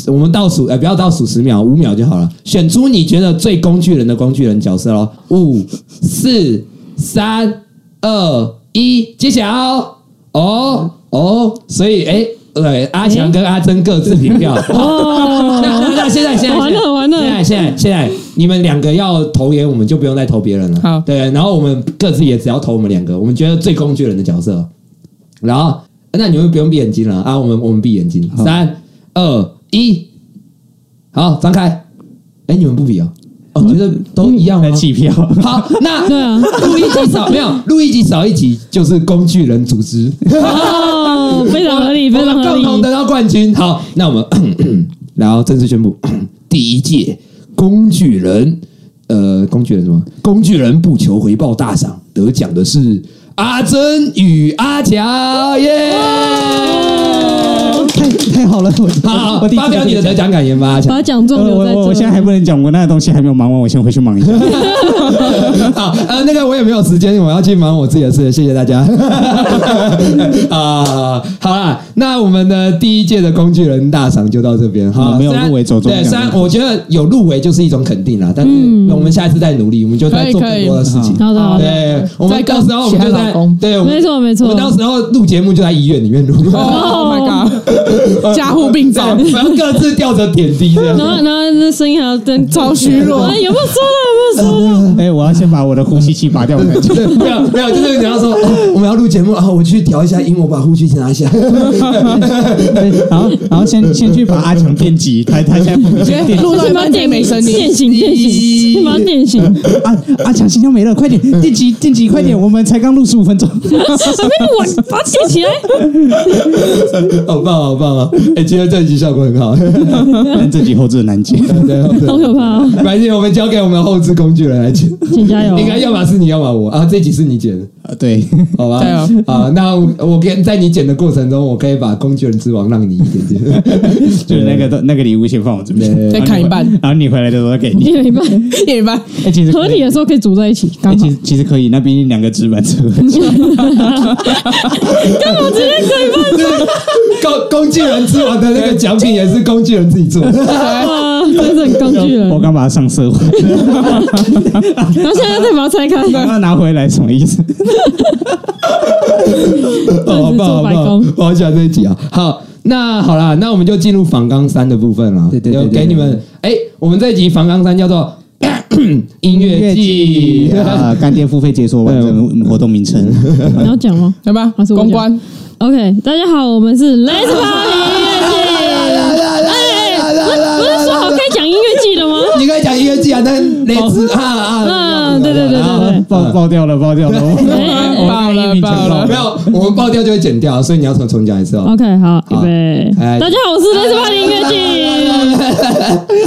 [SPEAKER 1] 我们倒数，呃，不要倒数十秒，五秒就好了。选出你觉得最工具人的工具人角色喽。五、四、三、二、一，揭晓哦！哦哦，所以哎。对，阿强跟阿珍各自平 票。哦，那那现在现在
[SPEAKER 3] 完了完了
[SPEAKER 1] 现在现在现在你们两个要投言，我们就不用再投别人了。
[SPEAKER 4] 好
[SPEAKER 1] 对，然后我们各自也只要投我们两个，我们觉得最工具人的角色。然后，那你们不用闭眼睛了啊！我们我们闭眼睛，三二一，好，张开。哎，你们不比哦？
[SPEAKER 3] 嗯
[SPEAKER 1] 哦，觉得都一样吗
[SPEAKER 2] 在？弃票。
[SPEAKER 1] 好，那
[SPEAKER 3] 对啊
[SPEAKER 1] 录一集少没有，录一集少一集就是工具人组织，
[SPEAKER 3] 哦，非常合理，非
[SPEAKER 1] 我
[SPEAKER 3] 常
[SPEAKER 1] 们
[SPEAKER 3] 合
[SPEAKER 1] 共同
[SPEAKER 3] 理。
[SPEAKER 1] 得到冠军。好，那我们 然后正式宣布 第一届工具人，呃，工具人什么？工具人不求回报大赏，得奖的是阿珍与阿强，耶！
[SPEAKER 2] 太太好了，我
[SPEAKER 1] 好，
[SPEAKER 2] 啊我第一次呃
[SPEAKER 1] 发表你的得奖感言吧，阿强。
[SPEAKER 3] 把奖状
[SPEAKER 2] 我
[SPEAKER 3] 留在这。
[SPEAKER 2] 我我现在还不能讲，我那个东西还没有忙完，我先回去忙一下。
[SPEAKER 1] 好，呃，那个我也没有时间，我要去忙我自己的事，谢谢大家。 啊、好啦，那我们的第一届的工具人大赏就到这边哈、
[SPEAKER 2] 嗯没有
[SPEAKER 1] 虽然
[SPEAKER 2] 入围走中
[SPEAKER 1] 对，
[SPEAKER 2] 奖
[SPEAKER 1] 虽然我觉得有入围就是一种肯定啦，但是我们下一次再努力，我们就再做
[SPEAKER 4] 嗯
[SPEAKER 1] 更
[SPEAKER 4] 可以可以
[SPEAKER 1] 多的事情。
[SPEAKER 3] 好的
[SPEAKER 2] 啊
[SPEAKER 3] 好的，
[SPEAKER 1] 对，我们
[SPEAKER 4] 再
[SPEAKER 1] 到
[SPEAKER 4] 跟
[SPEAKER 1] 时候我们
[SPEAKER 4] 其
[SPEAKER 1] 就
[SPEAKER 4] 他
[SPEAKER 1] 在
[SPEAKER 4] 老公
[SPEAKER 1] 对，我们
[SPEAKER 3] 没错没错
[SPEAKER 1] 我们到时候录节目就在医院里面录，
[SPEAKER 4] 哦 my god，加护病嗯
[SPEAKER 1] 对我
[SPEAKER 4] 灶，
[SPEAKER 1] 们各自吊着点滴这样
[SPEAKER 3] 然。后然后那声音还要真
[SPEAKER 4] 超虚 弱
[SPEAKER 3] 哎，有没有说了？有没有说了？
[SPEAKER 2] 哎，我要先把我的呼吸器拔掉，我才
[SPEAKER 1] 对，没有没有，就是你要说、哦我们要录节目啊，我去调一下音，我把呼吸器拿下。
[SPEAKER 2] 然后然后先先去把阿强电击，他他现在不明显 电击
[SPEAKER 4] 录到一
[SPEAKER 3] 先把
[SPEAKER 4] 半
[SPEAKER 3] 电
[SPEAKER 4] 电没声音，
[SPEAKER 3] 电醒电醒，先把它电醒。
[SPEAKER 2] 阿阿强心跳没了，快点电击电击，快点，我们才刚录十五分钟。
[SPEAKER 3] 我把它电啊起来。
[SPEAKER 1] 好棒，好棒啊！ 哎、今天这一集效果很好，
[SPEAKER 2] 但这集后置很难剪。
[SPEAKER 1] 对，
[SPEAKER 3] 好可怕、哦！
[SPEAKER 1] 没关系，我们交给我们后置工具人来剪。
[SPEAKER 3] 谢请加油
[SPEAKER 1] 应！该要么是你，要么我啊。这集是你剪的，
[SPEAKER 2] 呃对，
[SPEAKER 1] 好吧？
[SPEAKER 4] 加油
[SPEAKER 1] 啊！那我我跟在你剪的过程中，我可以把《工具人之王》让你一点点。
[SPEAKER 2] 就是那个那个礼物先放我这边，
[SPEAKER 1] 对
[SPEAKER 4] 再看一半，
[SPEAKER 2] 然后你回来的时候再给你。
[SPEAKER 3] 一人一半，
[SPEAKER 4] 一人一半，
[SPEAKER 2] 哎，其实可以
[SPEAKER 3] 合理的时候可以组在一起，
[SPEAKER 2] 哎
[SPEAKER 3] 刚好
[SPEAKER 2] 其实其实可以，那毕竟两个纸板车，
[SPEAKER 1] 工工具人之王的那个奖品也是工具人自己做的，
[SPEAKER 3] 哇，啊真是很工具人。
[SPEAKER 2] 我刚把它上色完，
[SPEAKER 3] 然后现在再把它拆开，
[SPEAKER 2] 刚刚拿回来什么意思？
[SPEAKER 1] 哦好不好？好
[SPEAKER 3] 做
[SPEAKER 1] 不
[SPEAKER 3] 白
[SPEAKER 1] 好
[SPEAKER 3] 工？
[SPEAKER 1] 我好喜欢这一集啊！好，那好啦，那我们就进入防纲三的部分了。
[SPEAKER 2] 对对对
[SPEAKER 1] 有
[SPEAKER 2] 对对
[SPEAKER 1] 给你们，哎，我们这一集防纲三叫做 音 乐季。
[SPEAKER 2] 啊，干爹付费解锁完整活动名称，
[SPEAKER 3] 你要讲吗
[SPEAKER 4] 来吧，
[SPEAKER 3] 还是我
[SPEAKER 4] 公
[SPEAKER 3] 讲
[SPEAKER 4] 关，
[SPEAKER 3] ？OK，大家好，我们是 Les Party。不是说好可以讲音乐季了吗？
[SPEAKER 1] 你可以讲音乐季啊，但雷子啊啊，
[SPEAKER 3] 嗯对对对对对
[SPEAKER 2] 爆爆掉了，爆掉了，
[SPEAKER 3] 哎
[SPEAKER 4] 爆了爆了
[SPEAKER 1] 没，有，我们爆掉就会剪掉，所以你要重重讲一次哦。
[SPEAKER 3] OK，好，预备
[SPEAKER 1] 哎。
[SPEAKER 3] 大家好，我是 Les Party 音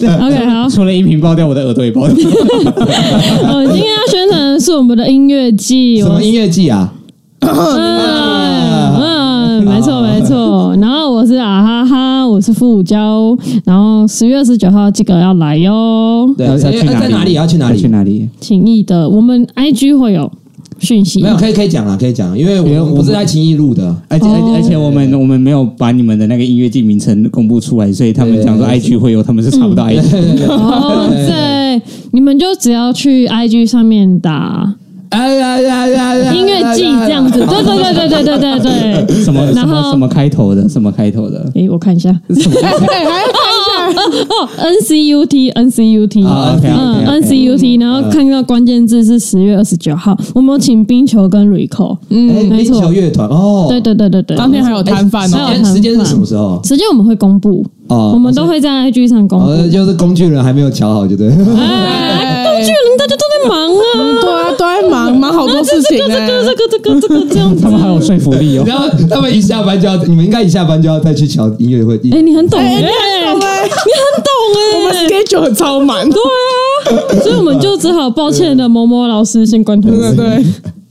[SPEAKER 3] 乐季。OK，好，
[SPEAKER 2] 除了音频爆掉，我的耳朵也爆掉。
[SPEAKER 3] 我们今天要宣传的是我们的音乐季。
[SPEAKER 1] 什
[SPEAKER 3] 我
[SPEAKER 1] 么啊音乐季啊？
[SPEAKER 3] 嗯，嗯，没错没错。然后我是啊哈哈，我是付娇，然后十月二十九号记得要来哟，
[SPEAKER 1] 对，哎在哪里？要去哪
[SPEAKER 2] 要去
[SPEAKER 1] 里？
[SPEAKER 2] 哪里？
[SPEAKER 3] 请意的，我们 IG 会有讯息
[SPEAKER 1] 没。有，可以可以讲啊，可以讲，因为我们不是在情义路的。
[SPEAKER 2] 而且而且
[SPEAKER 3] 哦
[SPEAKER 2] 而且我们我们没有把你们的那个音乐季名称公布出来，所以他们讲说
[SPEAKER 1] 对
[SPEAKER 2] IG 会有，他们是查不到 IG。
[SPEAKER 3] 哦，对，你们就只要去 IG 上面打
[SPEAKER 1] 哎呀呀呀呀！
[SPEAKER 3] 音乐季这样子，对对对对对对对 对。
[SPEAKER 2] 什么什
[SPEAKER 3] 然
[SPEAKER 2] 么
[SPEAKER 3] 后
[SPEAKER 2] 什么开头的？什么开头的？
[SPEAKER 3] 诶，我看一下，
[SPEAKER 4] 哎哎，还要
[SPEAKER 3] 哦，NCUT NCUT，
[SPEAKER 2] 啊，OK，OK，OK
[SPEAKER 3] 嗯，NCUT，然后看到关键字是十月二十九号，我们有请冰球跟 Rico，
[SPEAKER 1] 哎，
[SPEAKER 3] 嗯，没
[SPEAKER 1] 冰
[SPEAKER 3] 错，
[SPEAKER 1] 球乐团哦，
[SPEAKER 3] 对对对对对，
[SPEAKER 4] 当天还有摊贩
[SPEAKER 1] 哎时
[SPEAKER 4] 哦，
[SPEAKER 1] 间时间是什么时候？
[SPEAKER 3] 时间我们会公布，
[SPEAKER 1] 哦
[SPEAKER 3] 我们都会在 IG 上公布。
[SPEAKER 1] 哦，就是工具人还没有瞧好，就对。
[SPEAKER 3] 哎，工具人大家都在忙啊，
[SPEAKER 4] 对啊，都在忙忙好多事情欸哎
[SPEAKER 3] 这个
[SPEAKER 4] 呢。
[SPEAKER 3] 这个这个这个这样子
[SPEAKER 2] 他。们好有说服力哦。
[SPEAKER 1] 然后他们一下班就要，你们应该一下班就要再去瞧音乐会。
[SPEAKER 3] 哎，你很懂哎，你
[SPEAKER 4] 哎你很懂 哎
[SPEAKER 3] 很
[SPEAKER 4] 我
[SPEAKER 3] 懂
[SPEAKER 4] 们
[SPEAKER 3] 哎，
[SPEAKER 4] schedule 超满，
[SPEAKER 3] 对啊，所以我们就只好抱歉的某某老师先关头，
[SPEAKER 4] 对
[SPEAKER 3] 因
[SPEAKER 1] 哦
[SPEAKER 4] 对，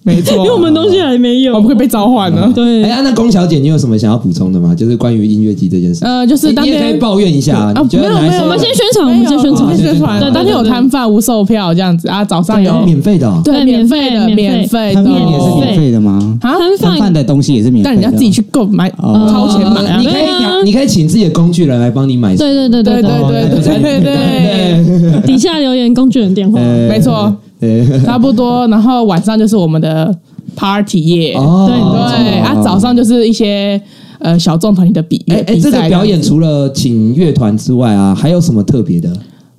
[SPEAKER 4] 没错，因
[SPEAKER 3] 为我们东西还没
[SPEAKER 4] 我
[SPEAKER 3] 有
[SPEAKER 4] 们。会被召唤啊呢。
[SPEAKER 1] 哎
[SPEAKER 3] 对，
[SPEAKER 1] 呀，那龚小姐，你有什么想要补充的吗？就是关于音乐季这件事，
[SPEAKER 4] 呃，就是当哦
[SPEAKER 1] 你也可以
[SPEAKER 4] 天
[SPEAKER 1] 抱怨一下。你觉得哪一首
[SPEAKER 3] 我们先宣传，我们先宣传
[SPEAKER 4] 没有。宣传，
[SPEAKER 3] 对
[SPEAKER 4] 对，
[SPEAKER 3] 对
[SPEAKER 4] 当天有
[SPEAKER 3] 对对
[SPEAKER 4] 摊贩无售票这样子啊，早上有
[SPEAKER 1] 免费的哦？
[SPEAKER 3] 对
[SPEAKER 4] 免费的，
[SPEAKER 3] 免
[SPEAKER 4] 免
[SPEAKER 3] 费
[SPEAKER 4] 费
[SPEAKER 2] 他
[SPEAKER 4] 的
[SPEAKER 2] 们也是
[SPEAKER 4] 哦
[SPEAKER 2] 免费的吗？
[SPEAKER 4] 啊，
[SPEAKER 3] 摊
[SPEAKER 2] 他
[SPEAKER 3] 贩
[SPEAKER 2] 贩的东西也是免费
[SPEAKER 4] 但
[SPEAKER 2] 的，
[SPEAKER 4] 人家自己去购买，
[SPEAKER 2] 哦
[SPEAKER 4] 掏钱买啊
[SPEAKER 1] 你。可以养，你可以请自己的工具人来帮你买。
[SPEAKER 3] 对对对
[SPEAKER 4] 对
[SPEAKER 3] 对
[SPEAKER 4] 对对对对对对，
[SPEAKER 3] 对，底下留言工具人电话。
[SPEAKER 1] 呃
[SPEAKER 4] 没错，
[SPEAKER 1] 对，
[SPEAKER 4] 差不多。然后晚上就是我们的 party 夜，
[SPEAKER 1] 哦
[SPEAKER 4] 对啊，早上就是一些呃小众团体的比
[SPEAKER 1] 哎哎，
[SPEAKER 4] 比
[SPEAKER 1] 这个
[SPEAKER 4] 赛
[SPEAKER 1] 表演除了请乐团之外啊，还有什么特别的？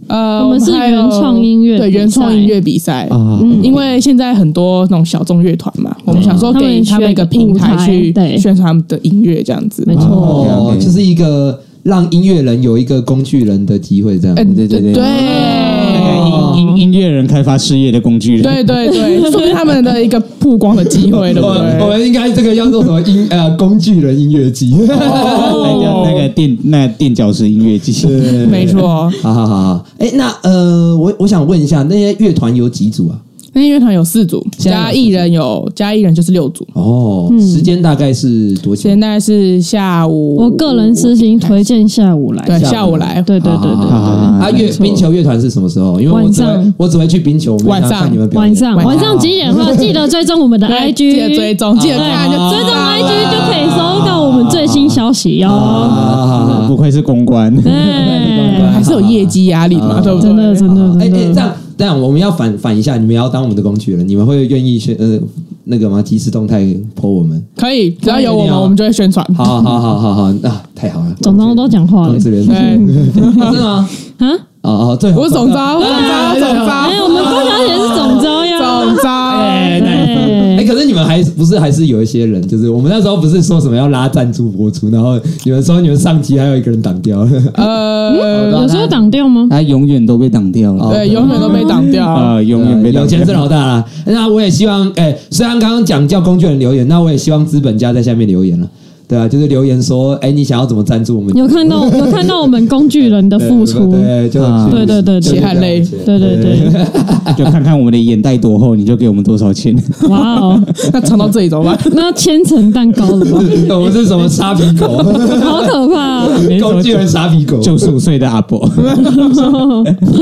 [SPEAKER 4] 呃，
[SPEAKER 3] 我们是
[SPEAKER 4] 还有
[SPEAKER 3] 原创音乐
[SPEAKER 4] 对
[SPEAKER 3] 比赛
[SPEAKER 4] 原创音乐比赛嗯
[SPEAKER 2] 啊
[SPEAKER 4] 因为现在很多那种小众乐团
[SPEAKER 1] 啊
[SPEAKER 4] 嘛，我们想说
[SPEAKER 3] 他们
[SPEAKER 4] 给他们一个平
[SPEAKER 3] 需要一个舞台
[SPEAKER 4] 去
[SPEAKER 3] 对
[SPEAKER 4] 宣传他们的音乐，这样子。
[SPEAKER 3] 没错，
[SPEAKER 1] 哦，
[SPEAKER 2] OK，OK
[SPEAKER 1] 就是一个让音乐人有一个工具人的机会，这样。
[SPEAKER 4] 嗯
[SPEAKER 2] 对对对
[SPEAKER 4] 对
[SPEAKER 2] 音音音乐人开发事业的工具人。
[SPEAKER 4] 啊对对对，说明他们的一个曝光的机会，对不
[SPEAKER 1] 我我
[SPEAKER 4] 对？
[SPEAKER 1] 们哦应该这个叫做什么音呃工具人音乐 季？
[SPEAKER 2] 那个那个垫那个垫脚石音乐季，
[SPEAKER 4] 没错，
[SPEAKER 1] 好好好好，哎，那呃，我我想问一下，那些乐团有几组啊？
[SPEAKER 4] 那乐团有四组，
[SPEAKER 1] 现在有
[SPEAKER 4] 加艺人有加艺人就是六组，
[SPEAKER 1] 哦，
[SPEAKER 4] 嗯
[SPEAKER 1] 时间大概是多久？
[SPEAKER 4] 现在是下午。
[SPEAKER 3] 我个人私心推荐下午来。
[SPEAKER 4] 对
[SPEAKER 1] 下午
[SPEAKER 4] 下午来，
[SPEAKER 3] 对对对对
[SPEAKER 2] 好好好
[SPEAKER 1] 啊，乐冰球乐团是什么时候？因为我只
[SPEAKER 3] 嗯晚
[SPEAKER 1] 会
[SPEAKER 3] 上
[SPEAKER 1] 我只会去冰球，我没
[SPEAKER 4] 晚上
[SPEAKER 1] 想看你们
[SPEAKER 3] 对，
[SPEAKER 1] 表演
[SPEAKER 3] 晚上
[SPEAKER 4] 晚上
[SPEAKER 3] 晚上几点的话，记得追踪我们的 IG，
[SPEAKER 4] 记得追踪，记得
[SPEAKER 3] 对，
[SPEAKER 4] 看，就
[SPEAKER 3] 追
[SPEAKER 4] 知
[SPEAKER 3] 踪
[SPEAKER 4] 道了
[SPEAKER 3] IG 就可以收到我们最新消息哟。
[SPEAKER 1] 啊，
[SPEAKER 2] 不愧是公关。
[SPEAKER 3] 对，
[SPEAKER 4] 还是有业绩压力
[SPEAKER 1] 嗯
[SPEAKER 4] 嘛，对不对？
[SPEAKER 3] 真的真的
[SPEAKER 1] 哎哎，
[SPEAKER 3] 嗯真
[SPEAKER 1] 这
[SPEAKER 3] 的，
[SPEAKER 1] 样这样，我们要反反一下，你们也要当我们的工具人，你们会愿意宣呃那个吗？即时动态泼我们？
[SPEAKER 4] 可以，只要有我
[SPEAKER 1] 可以
[SPEAKER 4] 们，
[SPEAKER 1] 啊
[SPEAKER 4] 我们就会宣传。
[SPEAKER 1] 好好好好好，那太好了，
[SPEAKER 3] 总招都讲话了
[SPEAKER 1] 工具人，
[SPEAKER 4] 对，
[SPEAKER 1] 真的吗？
[SPEAKER 3] 啊！
[SPEAKER 1] 哦哦，对，
[SPEAKER 4] 我是 总招，我是
[SPEAKER 1] 哎
[SPEAKER 4] 总招，
[SPEAKER 3] 哎，我
[SPEAKER 4] 总
[SPEAKER 3] 们郭小姐是总招
[SPEAKER 4] 招，
[SPEAKER 3] 呀
[SPEAKER 4] 总。招。
[SPEAKER 1] 哎，对，哎，
[SPEAKER 3] 对
[SPEAKER 1] 可是你们还不是还是有一些人，就是我们那时候不是说什么要拉赞助播出，然后你们说你们上集还有一个人挡掉了，
[SPEAKER 4] 呃，
[SPEAKER 3] 有时候挡掉吗？
[SPEAKER 2] 他永远都被挡掉了。
[SPEAKER 4] 对，永远都被挡掉。
[SPEAKER 1] 嗯
[SPEAKER 2] 啊，永远被
[SPEAKER 1] 有
[SPEAKER 2] 挡
[SPEAKER 1] 钱
[SPEAKER 2] 掉。
[SPEAKER 1] 是老大啦。那我也希望，哎，虽然刚刚讲叫工具人留言，那我也希望资本家在下面留言了。对啊，就是留言说，哎，你想要怎么赞助我们？
[SPEAKER 3] 有看到有看到我们工具人的
[SPEAKER 1] 对
[SPEAKER 3] 付出，
[SPEAKER 1] 对，就
[SPEAKER 2] 啊
[SPEAKER 1] 去
[SPEAKER 3] 对对对对
[SPEAKER 1] 就去
[SPEAKER 4] 血汗泪
[SPEAKER 1] 了解
[SPEAKER 3] 对对对，
[SPEAKER 2] 就看看我们的眼袋多厚，你就给我们多少 钱。
[SPEAKER 3] 哇哦，
[SPEAKER 4] 那尝到这里怎 么办？
[SPEAKER 3] 那千层蛋糕了吧？
[SPEAKER 1] 我们是什么沙皮狗？
[SPEAKER 3] 好可怕、啊！
[SPEAKER 1] 工具人沙皮狗，
[SPEAKER 2] 九十五岁的阿伯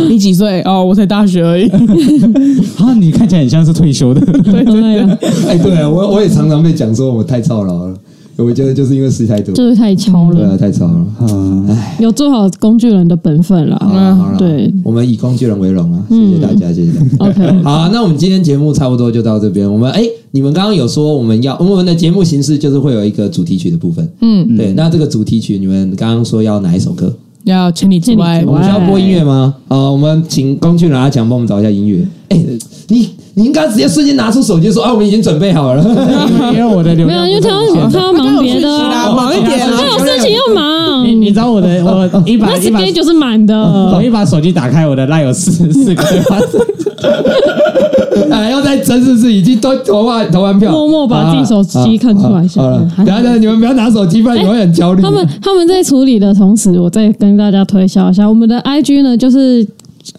[SPEAKER 4] 你几岁？哦，我才大学而已。
[SPEAKER 2] 啊，你看起来很像是退休的。
[SPEAKER 3] 对啊，
[SPEAKER 1] 哎，对啊，我我也常常被讲说我们太操劳了，我觉得就是因为事太多，
[SPEAKER 3] 就是太超
[SPEAKER 1] 对
[SPEAKER 3] 了，
[SPEAKER 1] 啊，太操劳了。
[SPEAKER 4] 哎
[SPEAKER 2] 嗯，
[SPEAKER 3] 有做好工具人的本分
[SPEAKER 1] 好
[SPEAKER 3] 啦。
[SPEAKER 1] 啦好啦
[SPEAKER 3] 嗯对
[SPEAKER 1] 我们以工具人为荣啊！谢谢大家，谢谢大家。
[SPEAKER 3] OK，
[SPEAKER 1] 好啊、那我们今天节目差不多就到这边。我们哎、你们刚刚有说我们要我们的节目形式就是会有一个主题曲的部分，嗯，对。那这个主题曲你们刚刚说要哪一首歌？
[SPEAKER 4] 要千里之外
[SPEAKER 3] 千里之
[SPEAKER 1] 我
[SPEAKER 3] 外
[SPEAKER 1] 们需要播音乐吗？啊、我们请工具人阿强帮我们找一下音乐。哎、你你应该直接瞬间拿出手机说啊，我们已经准备好了。
[SPEAKER 2] 因为我的流
[SPEAKER 3] 没有，
[SPEAKER 2] 量
[SPEAKER 3] 因为他要他要忙别的
[SPEAKER 4] 那
[SPEAKER 3] 啊，
[SPEAKER 4] 刚有讯息啦忙一点
[SPEAKER 3] 他
[SPEAKER 4] 啊
[SPEAKER 3] 有事情要忙
[SPEAKER 2] 你。你知道我的 我一把
[SPEAKER 3] 那
[SPEAKER 2] 一把呃
[SPEAKER 3] schedule 是满
[SPEAKER 2] 我
[SPEAKER 3] 的，
[SPEAKER 2] 一把手机打开，我的 line 有四四个 对话。
[SPEAKER 1] 哎，要再争是不是？已经都投完投完票，啊
[SPEAKER 3] 默默把自己手机看出来
[SPEAKER 1] 好了，
[SPEAKER 3] 嗯
[SPEAKER 1] 好了等一下等一下，你们不要拿手机，不然你们会很焦虑。
[SPEAKER 3] 哎 他们他们在处理的同时，我再跟大家推销一下我们的 IG 呢，就是。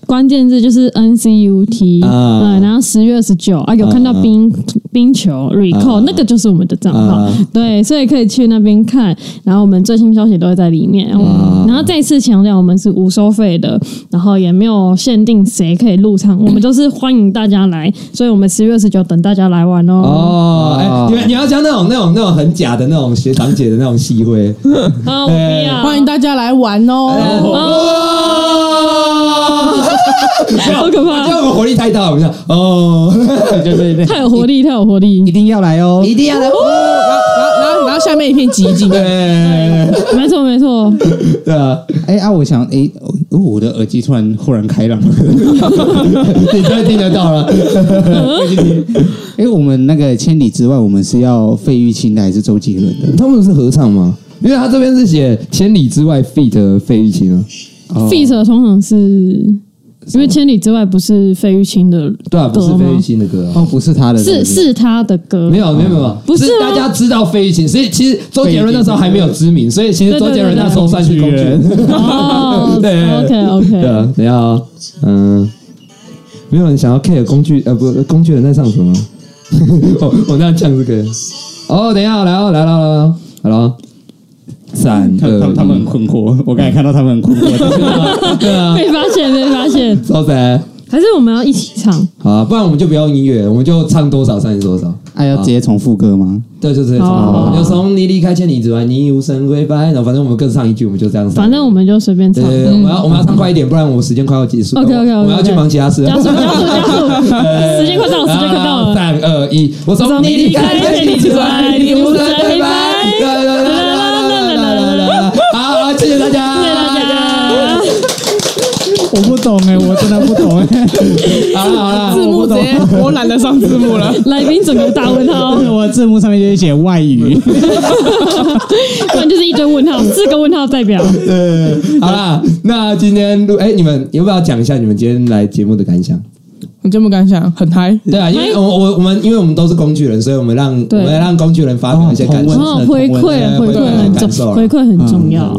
[SPEAKER 3] 关键字就是 NCUT，、
[SPEAKER 1] 啊
[SPEAKER 3] 对，然后十月十九啊，有看到冰、冰球 Recall，、那个就是我们的账号，
[SPEAKER 1] 啊
[SPEAKER 3] 对，所以可以去那边看，然后我们最新消息都会在里面。然后再次强调，我们是无收费的，然后也没有限定谁可以入场，我们就是欢迎大家来，所以我们十月十九等大家来玩哦。
[SPEAKER 1] 哦，哎、
[SPEAKER 2] 哦
[SPEAKER 1] 你们你要像那种那种那种很假的那种学长姐的那种戏会，
[SPEAKER 3] 啊，我不要，
[SPEAKER 4] 哎欢迎大家来玩
[SPEAKER 1] 哎哦，
[SPEAKER 3] 好可
[SPEAKER 4] 哦！
[SPEAKER 1] 我觉得
[SPEAKER 3] 怕，
[SPEAKER 1] 我们活力太大了，我们讲哦，
[SPEAKER 2] 就是
[SPEAKER 3] 太有活力，太有活力
[SPEAKER 2] 一。定要来哦！
[SPEAKER 1] 一定要来，
[SPEAKER 4] 然后然后然后然后下面一片寂静，
[SPEAKER 1] 对
[SPEAKER 3] 没错没错，
[SPEAKER 1] 对啊，
[SPEAKER 2] 哎啊，我想哎，哦我的耳机突然忽然开朗了。
[SPEAKER 1] 你真的听得到了，
[SPEAKER 2] 哎，我们那个千里之外，我们是要费玉清的还是周杰伦的？
[SPEAKER 1] 他们是合唱吗？因为他这边是写千里之外 feat 费玉清啊，
[SPEAKER 3] feat 通常是因为千里之外不是费玉清的
[SPEAKER 1] 对啊，不是
[SPEAKER 3] 歌
[SPEAKER 1] 费玉
[SPEAKER 3] 吗？
[SPEAKER 1] 清的歌啊。
[SPEAKER 2] 哦，不是他的，
[SPEAKER 3] 是
[SPEAKER 2] 不
[SPEAKER 3] 是他的歌，
[SPEAKER 1] 没有没有没有，
[SPEAKER 3] 不是啊
[SPEAKER 1] 大家知道费玉清，所以其实周杰伦那时候还没有知名，所以其实周杰伦那时候算是工具人。
[SPEAKER 3] 哦
[SPEAKER 1] 对
[SPEAKER 3] ，OK OK，
[SPEAKER 1] 对啊，等一下啊，嗯，没有人想要 care 工具，呃，不，工具人在唱什么？ 哦，我那样唱这个。哦，等一下，来哦，来了，来了，来了。三
[SPEAKER 2] 他
[SPEAKER 1] 二
[SPEAKER 2] 他他们很
[SPEAKER 1] 一，
[SPEAKER 2] 困惑，我刚才看到他们很困 惑。
[SPEAKER 1] 对啊，
[SPEAKER 3] 被发现被发现，
[SPEAKER 1] 超载。
[SPEAKER 3] 还是我们要一起唱？
[SPEAKER 1] 好啊，不然我们就不要音乐，我们就唱多少算多少。
[SPEAKER 2] 哎，要直接重复歌吗？
[SPEAKER 1] 对，就直接唱。
[SPEAKER 3] 好好
[SPEAKER 1] 我
[SPEAKER 3] 好
[SPEAKER 1] 们就从你离开千里之外，你无神归拜。然后反正我们各唱一句，我们就这样唱
[SPEAKER 3] 反。正我们就随便
[SPEAKER 1] 对
[SPEAKER 3] 唱。
[SPEAKER 1] 对对，我们要我们要唱快一点，不然我们时间快要结束。
[SPEAKER 3] OK，OK，OK，
[SPEAKER 1] 我们要去忙其他事。啊
[SPEAKER 3] 加速加速加速， 时间快到了，时间快到了。
[SPEAKER 1] 三二一，我送你离开千里之外，你无人陪伴。啦啦啦啦啦啦啦啦！好，谢谢大家，
[SPEAKER 3] 谢谢大家，
[SPEAKER 2] 我不懂哎，我真的不懂哎，
[SPEAKER 1] 好了好了，
[SPEAKER 4] 字幕直接我懒得上字幕了。
[SPEAKER 3] 来宾整个大问号，
[SPEAKER 2] 我字幕上面就是写外 语。
[SPEAKER 3] 不然就是一堆问
[SPEAKER 1] 嗯
[SPEAKER 3] 号，四个问号代表。
[SPEAKER 1] 对，好啦，那今天录，哎，你们要不要讲一下你们今天来节目的感想？
[SPEAKER 4] 你这么敢想，很嗨。
[SPEAKER 1] 对啊，因为我我我们因为我们都是工具人，所以我们让我们让工具人发表一些感啊
[SPEAKER 3] 然
[SPEAKER 1] 受。
[SPEAKER 3] 后哦回馈回馈很重，回馈很重
[SPEAKER 1] 嗯
[SPEAKER 3] 要。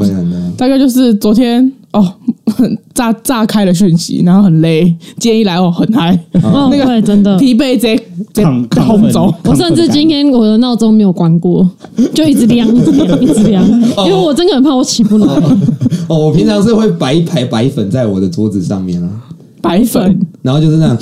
[SPEAKER 4] 大概就是昨天哦， 很炸炸开了讯息，然后很累，今天一来哦很嗨，
[SPEAKER 3] 哦，
[SPEAKER 4] 那
[SPEAKER 3] 对，
[SPEAKER 4] 个
[SPEAKER 3] 真的。
[SPEAKER 4] 疲惫直接直
[SPEAKER 2] 亢
[SPEAKER 4] 接轰走。
[SPEAKER 3] 我甚至今天我的闹钟没有关过，就一直亮，一直亮，一直亮，因为我真的很怕我起不来。
[SPEAKER 1] 哦，我平常是会摆一排白粉在我的桌子上面啊，
[SPEAKER 4] 白粉
[SPEAKER 1] 然后就是那样。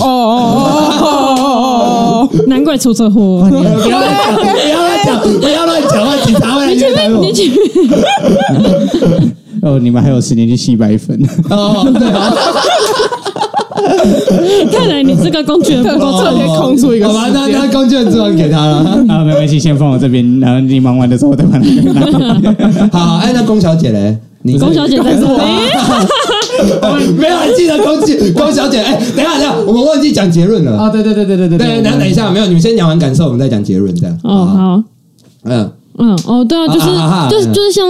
[SPEAKER 4] 哦哦哦哦哦哦哦！
[SPEAKER 3] 难怪出车祸。
[SPEAKER 1] 不要乱讲，不要乱
[SPEAKER 2] 哎
[SPEAKER 1] 讲，不要乱讲话，警察会来
[SPEAKER 3] 你前
[SPEAKER 1] 约谈
[SPEAKER 3] 面，
[SPEAKER 1] 我
[SPEAKER 3] 你。前面
[SPEAKER 2] 哦，你们还有时间去吸白粉？
[SPEAKER 1] 哦，对啊，
[SPEAKER 3] 看来你这个工具人不够
[SPEAKER 4] 特
[SPEAKER 3] 聪
[SPEAKER 4] 别
[SPEAKER 3] 明。
[SPEAKER 4] 空出一个
[SPEAKER 1] 好吧，
[SPEAKER 4] 时
[SPEAKER 1] 那那
[SPEAKER 4] 间，
[SPEAKER 1] 工具人做完给他了。
[SPEAKER 2] 啊，没关系，先放我这 边，然后你忙完的时候再把那个拿回来。
[SPEAKER 1] 好，哎，那龚小姐嘞？你
[SPEAKER 3] 龚小姐在这里，
[SPEAKER 1] 没有人记得龚姐， 龚小姐，哎，等一下，等一下，我们忘记讲结论了。
[SPEAKER 2] 啊，对对对对对
[SPEAKER 1] 对，
[SPEAKER 2] 对
[SPEAKER 1] 等一下等一下，没有，你们先讲完感受，我们再讲结论，这样。
[SPEAKER 3] 哦，好。
[SPEAKER 1] 嗯，
[SPEAKER 3] 嗯，哦，对啊，就是
[SPEAKER 1] 啊啊啊啊
[SPEAKER 3] 就是就是像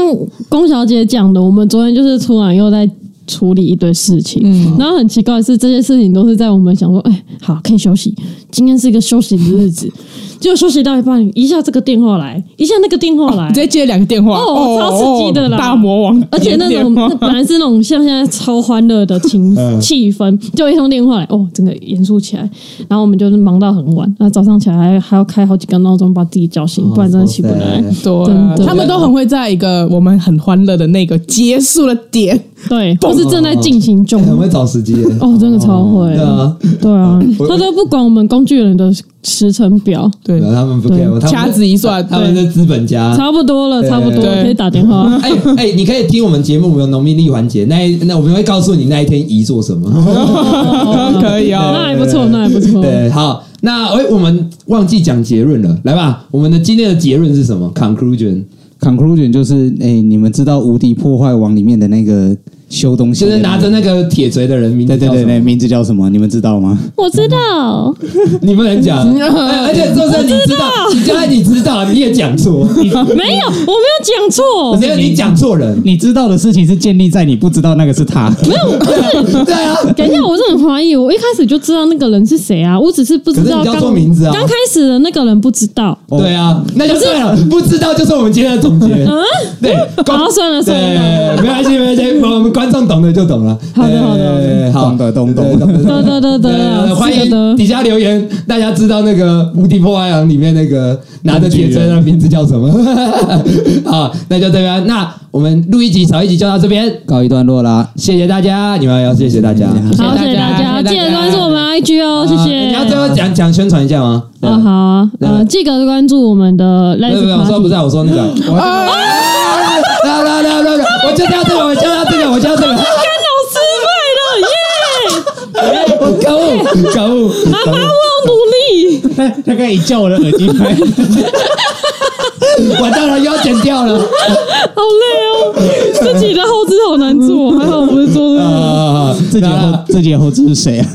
[SPEAKER 3] 龚小姐讲的，我们昨天就是突然又在处理一堆事情。然后很奇怪的是，这些事情都是在我们想说，哎，好，可以休息，今天是一个休息的日子， 结果休息到一半，一下这个电话来，一下那个电话来，
[SPEAKER 4] 直接接两个电话，
[SPEAKER 3] 哦超刺激的啦
[SPEAKER 4] 大魔王，
[SPEAKER 3] 而且那
[SPEAKER 4] 接
[SPEAKER 3] 种
[SPEAKER 4] 电话
[SPEAKER 3] 那本来是那种像现在超欢乐的情
[SPEAKER 1] 嗯
[SPEAKER 3] 气氛，就一通电话来，哦，整个严肃起来。然后我们就是忙到很晚，那早上起来还还要开好几个闹钟把自己叫
[SPEAKER 1] 哦
[SPEAKER 3] 醒，不然真的起不来。
[SPEAKER 4] 对
[SPEAKER 3] 真
[SPEAKER 4] 啊，
[SPEAKER 3] 的
[SPEAKER 4] 他们都很会在一个我们很欢乐的那个结束的点，
[SPEAKER 3] 对，或是正在进行中
[SPEAKER 1] 哎。很会找时机耶。
[SPEAKER 3] 哦，真的超会
[SPEAKER 1] 对，啊，
[SPEAKER 3] 对啊，
[SPEAKER 1] 我
[SPEAKER 3] 他都不管我们工具人的时程表，
[SPEAKER 4] 对
[SPEAKER 1] 然，后啊他们不 care，他们
[SPEAKER 4] 掐指一算，
[SPEAKER 1] 他们
[SPEAKER 4] 对
[SPEAKER 1] 是资本家。
[SPEAKER 3] 差不多了，
[SPEAKER 1] 啊对
[SPEAKER 3] 差不多
[SPEAKER 4] 对
[SPEAKER 3] 可以打电话。
[SPEAKER 1] 哎哎，你可以听我们节目，我们有农民力环节，那一那我们会告诉你那一天宜做什么。
[SPEAKER 3] 哦
[SPEAKER 4] 可以哦
[SPEAKER 3] 那还不错，那还不错。
[SPEAKER 1] 啊对，好，那哎，我们忘记讲结论了，来吧，我们的今天的结论是什么？Conclusion，
[SPEAKER 2] Conclusion 就是，哎、你们知道《无敌破坏王》里面的那个修东西
[SPEAKER 1] 就
[SPEAKER 2] 的那
[SPEAKER 1] 是拿
[SPEAKER 2] 个，
[SPEAKER 1] 着那个铁锤的人名字
[SPEAKER 2] 对对
[SPEAKER 1] 叫什
[SPEAKER 2] 哦对
[SPEAKER 1] 么
[SPEAKER 2] 对，名字叫什么？你们知道吗？
[SPEAKER 3] 我知道，
[SPEAKER 1] 你不能讲， 哎而且就算你知道，你就算你知道，你也讲 错，
[SPEAKER 3] 没有，我没有讲错。
[SPEAKER 1] 只有你讲错人。
[SPEAKER 2] 你知道的事情是建立在你不知道那个 是他。
[SPEAKER 1] 对啊，
[SPEAKER 3] 等一下，我是很怀疑，我一开始就知道那个人是谁啊，我只是不知道
[SPEAKER 1] 可是你叫
[SPEAKER 3] 刚
[SPEAKER 1] 错名字啊
[SPEAKER 3] 刚开始的那个人不知道。
[SPEAKER 2] 哦
[SPEAKER 1] 对啊，那就对了，不知道就是我们今天的总结。对，观
[SPEAKER 3] 嗯好算了算了
[SPEAKER 1] 对，没关系，没关系，我们观众懂的就懂了。
[SPEAKER 3] 好的好的
[SPEAKER 1] 对好
[SPEAKER 2] 哦懂的懂懂
[SPEAKER 1] 对懂的
[SPEAKER 3] 得得得
[SPEAKER 1] 对对对
[SPEAKER 3] 得，
[SPEAKER 1] 欢
[SPEAKER 3] 是的
[SPEAKER 1] 迎
[SPEAKER 3] 得
[SPEAKER 1] 底下留言，大家知道那个《无敌破坏王》里面那个拿着铁锤的名字叫什么？ 好，那就这边，那我们录一集少一集就到这边，
[SPEAKER 2] 告一段落啦。
[SPEAKER 1] 谢谢大家，你们要谢谢大家。
[SPEAKER 3] 好，谢
[SPEAKER 4] 谢
[SPEAKER 3] 谢
[SPEAKER 4] 谢
[SPEAKER 3] 大
[SPEAKER 4] 大
[SPEAKER 3] 家，
[SPEAKER 4] 家
[SPEAKER 3] 记得关注我们 IG 哦，谢
[SPEAKER 1] 啊
[SPEAKER 3] 谢。
[SPEAKER 1] 你要最后讲讲宣传一下吗？
[SPEAKER 3] 哦，好啊，
[SPEAKER 1] 对
[SPEAKER 3] 呃，记得关注我们的
[SPEAKER 1] 没有
[SPEAKER 3] Let's
[SPEAKER 1] 没有，我说不
[SPEAKER 3] Party
[SPEAKER 1] 是，。啊我 说那个，我
[SPEAKER 3] 啊
[SPEAKER 1] 来来来来来，我就要这个，我就要这个，我就要这个，
[SPEAKER 3] 失败了，耶！啊
[SPEAKER 1] 我可恶可恶，
[SPEAKER 3] 妈妈，我要努力。
[SPEAKER 2] 他他刚一叫我的耳 机
[SPEAKER 1] 啊
[SPEAKER 2] 拍，
[SPEAKER 1] 我当然又要剪掉 了。
[SPEAKER 3] 好累哦，自己的后置好难做，还好我不是做这个。
[SPEAKER 1] 啊，
[SPEAKER 2] 这节后这节后置是谁啊？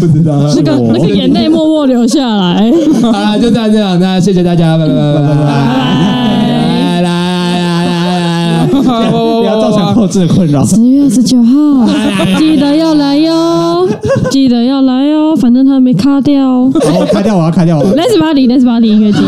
[SPEAKER 1] 不知 道。
[SPEAKER 3] 那个那个
[SPEAKER 1] 啊
[SPEAKER 3] 眼泪默默流下来。
[SPEAKER 1] 好了，就这样这样，那谢谢大家，拜拜拜拜拜拜，来来来来来来。
[SPEAKER 4] 哇哇 哇
[SPEAKER 2] 不要造
[SPEAKER 4] 哇
[SPEAKER 2] 成后置的困扰。
[SPEAKER 3] 十月十九号，记得要来哟，记得要来哟，反正他没卡掉。
[SPEAKER 2] 好，我开掉，我要开掉。
[SPEAKER 3] Let's party，Let's party 音乐节。